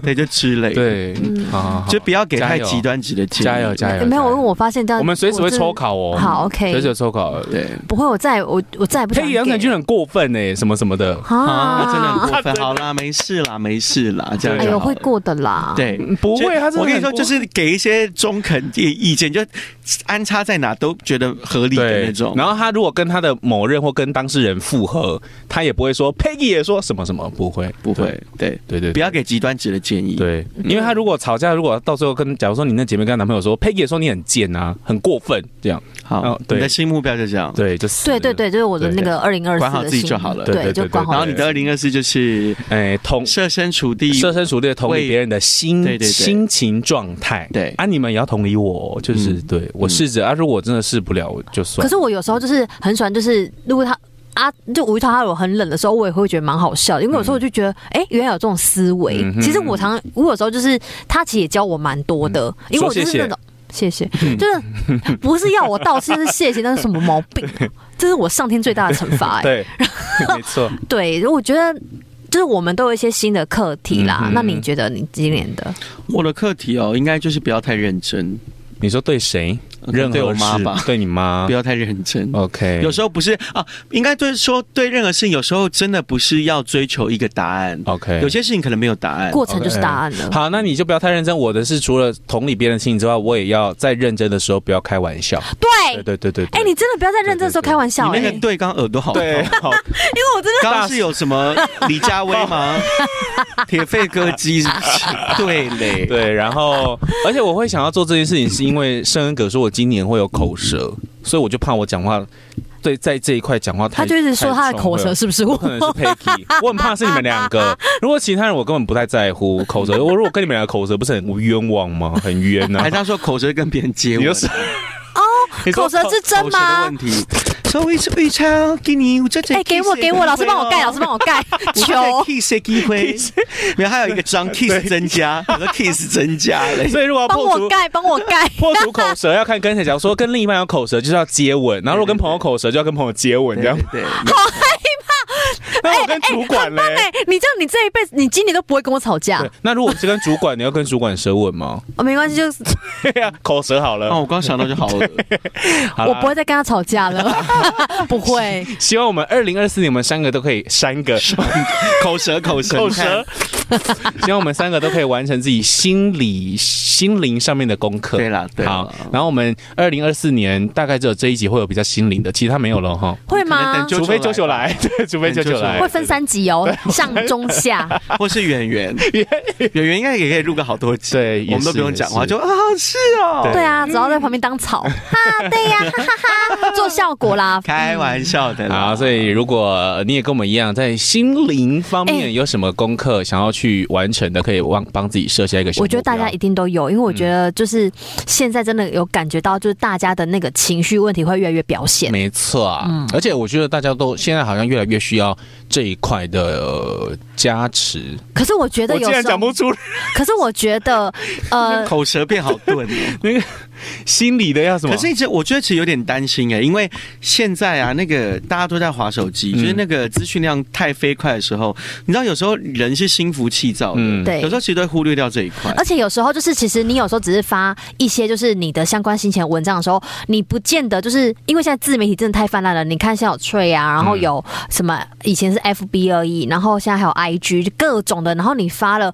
S1: 对，就之类的，
S2: 对，好好好
S1: 就不要给太
S2: 加油
S1: 极端级的建议。
S2: 加油加油！
S3: 没有，
S2: 加油
S3: 因为我发现这样，
S2: 我们随时会
S3: 嗯真的
S2: 抽考哦。
S3: 好，OK
S2: 随时有抽考。
S1: 对
S3: 不会，我再我我再也不想
S2: 佩
S3: 给
S2: 奇杨丞君很过分哎，什么什么的，
S1: 啊，真的很过
S2: 真
S1: 分。
S2: 的
S1: 好啦，没事啦，没事啦，这样
S3: 哎
S1: 就
S3: 呦，
S1: 好
S3: 会
S1: 了。
S3: 过的啦。，
S1: 对，
S2: 不会，
S1: 就
S2: 他真的
S1: 我跟你说，
S2: 很过
S1: 就是给一些中肯意意见，就安插在哪都觉得合理的
S2: 对
S1: 那种。
S2: 然后他如果跟他的某任或跟当事人复合，他也不会说 Peggy 也说什么什么，不会，
S1: 不会，对，
S2: 对，对对，
S1: 不要给极端值的建议。，
S2: 对，因为他如果吵架，如果到最后跟，假如说你那姐妹跟她男朋友说，Peggy 也说你很贱啊，很过分，这样，
S1: 好
S2: 哦，对
S1: 你的新目标就这样。
S2: 对，就死
S3: 对对，对，就是我的那个二零二四
S1: 管好
S3: 的
S1: 自己
S3: 心
S1: 就好了
S2: 对
S3: 对，
S2: 对
S3: 就
S2: 对
S3: 管
S2: 对
S1: 然
S3: 好
S1: 后
S3: 自
S1: 你
S3: 己。
S1: 的二零二四就是
S2: 哎，同
S1: 设身处地，
S2: 设身处地的同理
S1: 为
S2: 别人的心
S1: 对对对
S2: 心情状态，
S1: 对
S2: 啊，你们也要同理我，就是、
S1: 嗯
S2: 对我试着啊，如果真的试不了，我就算
S3: 可。是我有时候就是很喜欢，就是如果他。啊，就吴宇涛他有很冷的时候，我也会觉得蛮好笑的，因为有时候我就觉得，哎、原来有这种思维。
S2: 嗯哼
S3: 其实我常，我有时候就是他其实也教我蛮多的，因为我就是那种谢谢，就是 不是要我道歉，就是谢谢，那是什么毛病啊、这是我上天最大的惩罚、哎。
S2: 对， 没错。
S3: 对，我觉得就是我们都有一些新的课题啦。
S2: 嗯哼
S3: 那你觉得你今年的
S1: 我的课题哦，应该就是不要太认真，
S2: 你说对谁？任何
S1: 嗯对我妈
S2: 事
S1: 吧
S2: 对你妈
S1: 不。要太认真。
S2: OK，
S1: 有时候不是啊，应该就是说对任何事情，有时候真的不是要追求一个答案。
S2: OK，
S1: 有些事情可能没有答案。
S3: 过程就是答案了。
S2: 好，那你就不要太认真。我的是除了同理别人的心情之外，我也要在认真的时候不要开玩笑。对
S3: 对，
S2: 对对对对。
S3: 哎、你真的不要在认真的时候开玩笑、
S1: 你
S3: 哎，
S1: 那个对刚耳朵好痛，
S2: 对
S1: 好
S3: 因为我真的
S1: 刚刚是有什么李佳薇 吗？铁肺歌姬是不是？对嘞，
S2: 对，然后而且我会想要做这件事情，是因为圣恩哥说我今年会有口舌，所以我就怕我讲话对在这一块讲话太，
S3: 他就一直说他的口舌
S2: 太
S3: 是不是
S2: 重
S3: 我
S2: 了。？可能是 Peggy，我很怕是你们两个。如果其他人，我根本不太在乎口 舌。我如果跟你们两个口舌，不是很冤枉吗？很冤呐、
S1: 还是他说口舌跟别人接
S2: 啊你
S1: 吻
S2: 就，是
S3: 哦，口舌是真
S1: 口舌的
S3: 吗
S1: 问？题。所以玉超给你，我这
S3: 哎、给我给我，老师帮
S1: 哦
S3: 我盖，老师帮我盖， 求
S1: kiss 的机会，没有，还有一个张 kiss 增 加，我说 kiss 增加嘞。
S2: 所以如果要
S3: 帮
S2: 破
S3: 我
S2: 除
S3: 盖，帮我 盖。
S2: 破除口舌，要看跟谁讲。说跟另一半有口舌，就是要接吻；然后如果跟朋友口舌，就要跟朋友接吻。
S1: 对
S2: 这样
S1: 对，对，
S2: 那我跟主管嘞？
S3: 哎、你这样，你这一辈子，你今年都不会跟我吵架
S2: 对，那如果是跟主管，你要跟主管舌吻 吗？
S3: 哦，没关系，就是
S2: 对呀，口舌好了。
S1: 哦，我刚想到就好了。
S2: 好啦
S3: 我不会再跟他吵 架了，不会。
S2: 希望我们二零二四年我们三个都可以三个
S1: 口舌口舌
S2: 口舌， 希望我们三个都可以完成自己心理心灵上面的功课。
S1: 对啦对啦
S2: 好，然后我们二零二四年大概只有这一集会有比较心灵的，其他没有了哈。
S3: 会
S1: 可能
S3: 吗
S1: 等？就
S2: 除非九九来， 对，除非九九来
S3: 会。分三级哦，上中 下。
S1: 看或是演 员，演员应该也可以录个好多集，
S2: 对也
S1: 我们都不
S2: 是
S1: 用
S2: 也
S1: 讲话，
S2: 是
S1: 就啊是哦，
S3: 对啊，只要在旁边当 草啊，对呀、哈哈哈，做效果啦。
S1: 开玩笑的啦。
S2: 好，所以如果你也跟我们一样，在心灵方
S3: 哎
S2: 面有什么功课想要去完成的，可以帮帮自己设下一个小目标。
S3: 我觉得大家一定都有，因为我觉得就是现在真的有感觉到，就是大家的那个情绪问题会越来越表现。
S2: 没错啊，
S3: 嗯
S2: 而且我觉得大家都现在好像越来越需要这一块的、呃加持。
S3: 可是我觉得有时候，
S2: 出
S3: 可是我觉得，呃，
S1: 口舌变好 钝哦，
S2: 那个心里的要什么？
S1: 可是这我觉得其实有点担心哎、因为现在啊，那个大家都在划手机，就是那个资讯量太飞快的时候，你知道有时候人是心浮气躁的，
S2: 嗯
S3: 对
S1: 有时候其实都会忽略掉这一块。
S3: 而且有时候就是，其实你有时候只是发一些就是你的相关心情的文章的时候，你不见得就是因为现在自媒体真的太泛滥了。你看现在有 Tree 啊，然后有什么以前是 FB 而已，然后现在还有 IG 就各种的，然后你发了，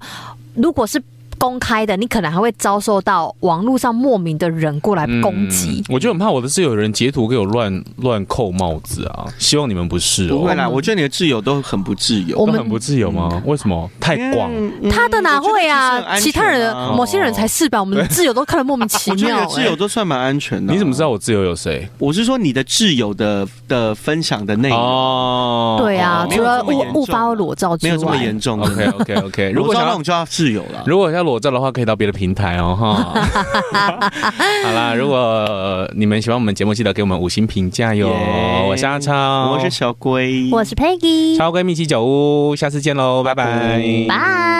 S3: 如果是。公开的，你可能还会遭受到网络上莫名的人过来攻
S2: 嗯
S3: 击。
S2: 我就很怕我的室友有人截图给我乱乱扣帽子啊！希望你们不是
S1: 不会
S2: 哦。
S1: 啦，我觉得你的挚友都很不自由
S3: 我。
S2: 都
S3: 们
S2: 很不自由吗？为什么？太广。
S1: 嗯
S3: 他的哪会啊？其他人的
S2: 哦
S3: 某些人才是吧？我们的挚友都看得莫名 其
S1: 我觉得
S3: 妙、
S1: 你
S3: 欸。
S1: 的挚友都算蛮安全的、
S3: 啊
S2: 你怎么知道？我自由有谁？
S1: 我是说你的挚友的的分享的内容、
S2: 哦
S3: 对啊，
S1: 没有
S3: 除了
S1: 这么
S3: 误
S1: 严重
S3: 误发裸照之
S1: 没
S3: 外，
S1: 有这么严重。
S2: OK OK OK，如
S1: 如
S2: 果
S1: 果
S2: 想
S1: 那
S2: 要
S1: 种就要挚友了。
S2: 如果要裸照的话，可以到别的平台哦 哈。好啦，如果、呃你们喜欢我们节目，记得给我们五星评价哟。
S1: 耶
S2: 我是阿超，
S1: 我是小龟，
S3: 我是 Peggy，
S2: 超闺蜜七九屋，下次见喽，拜拜，
S3: 拜。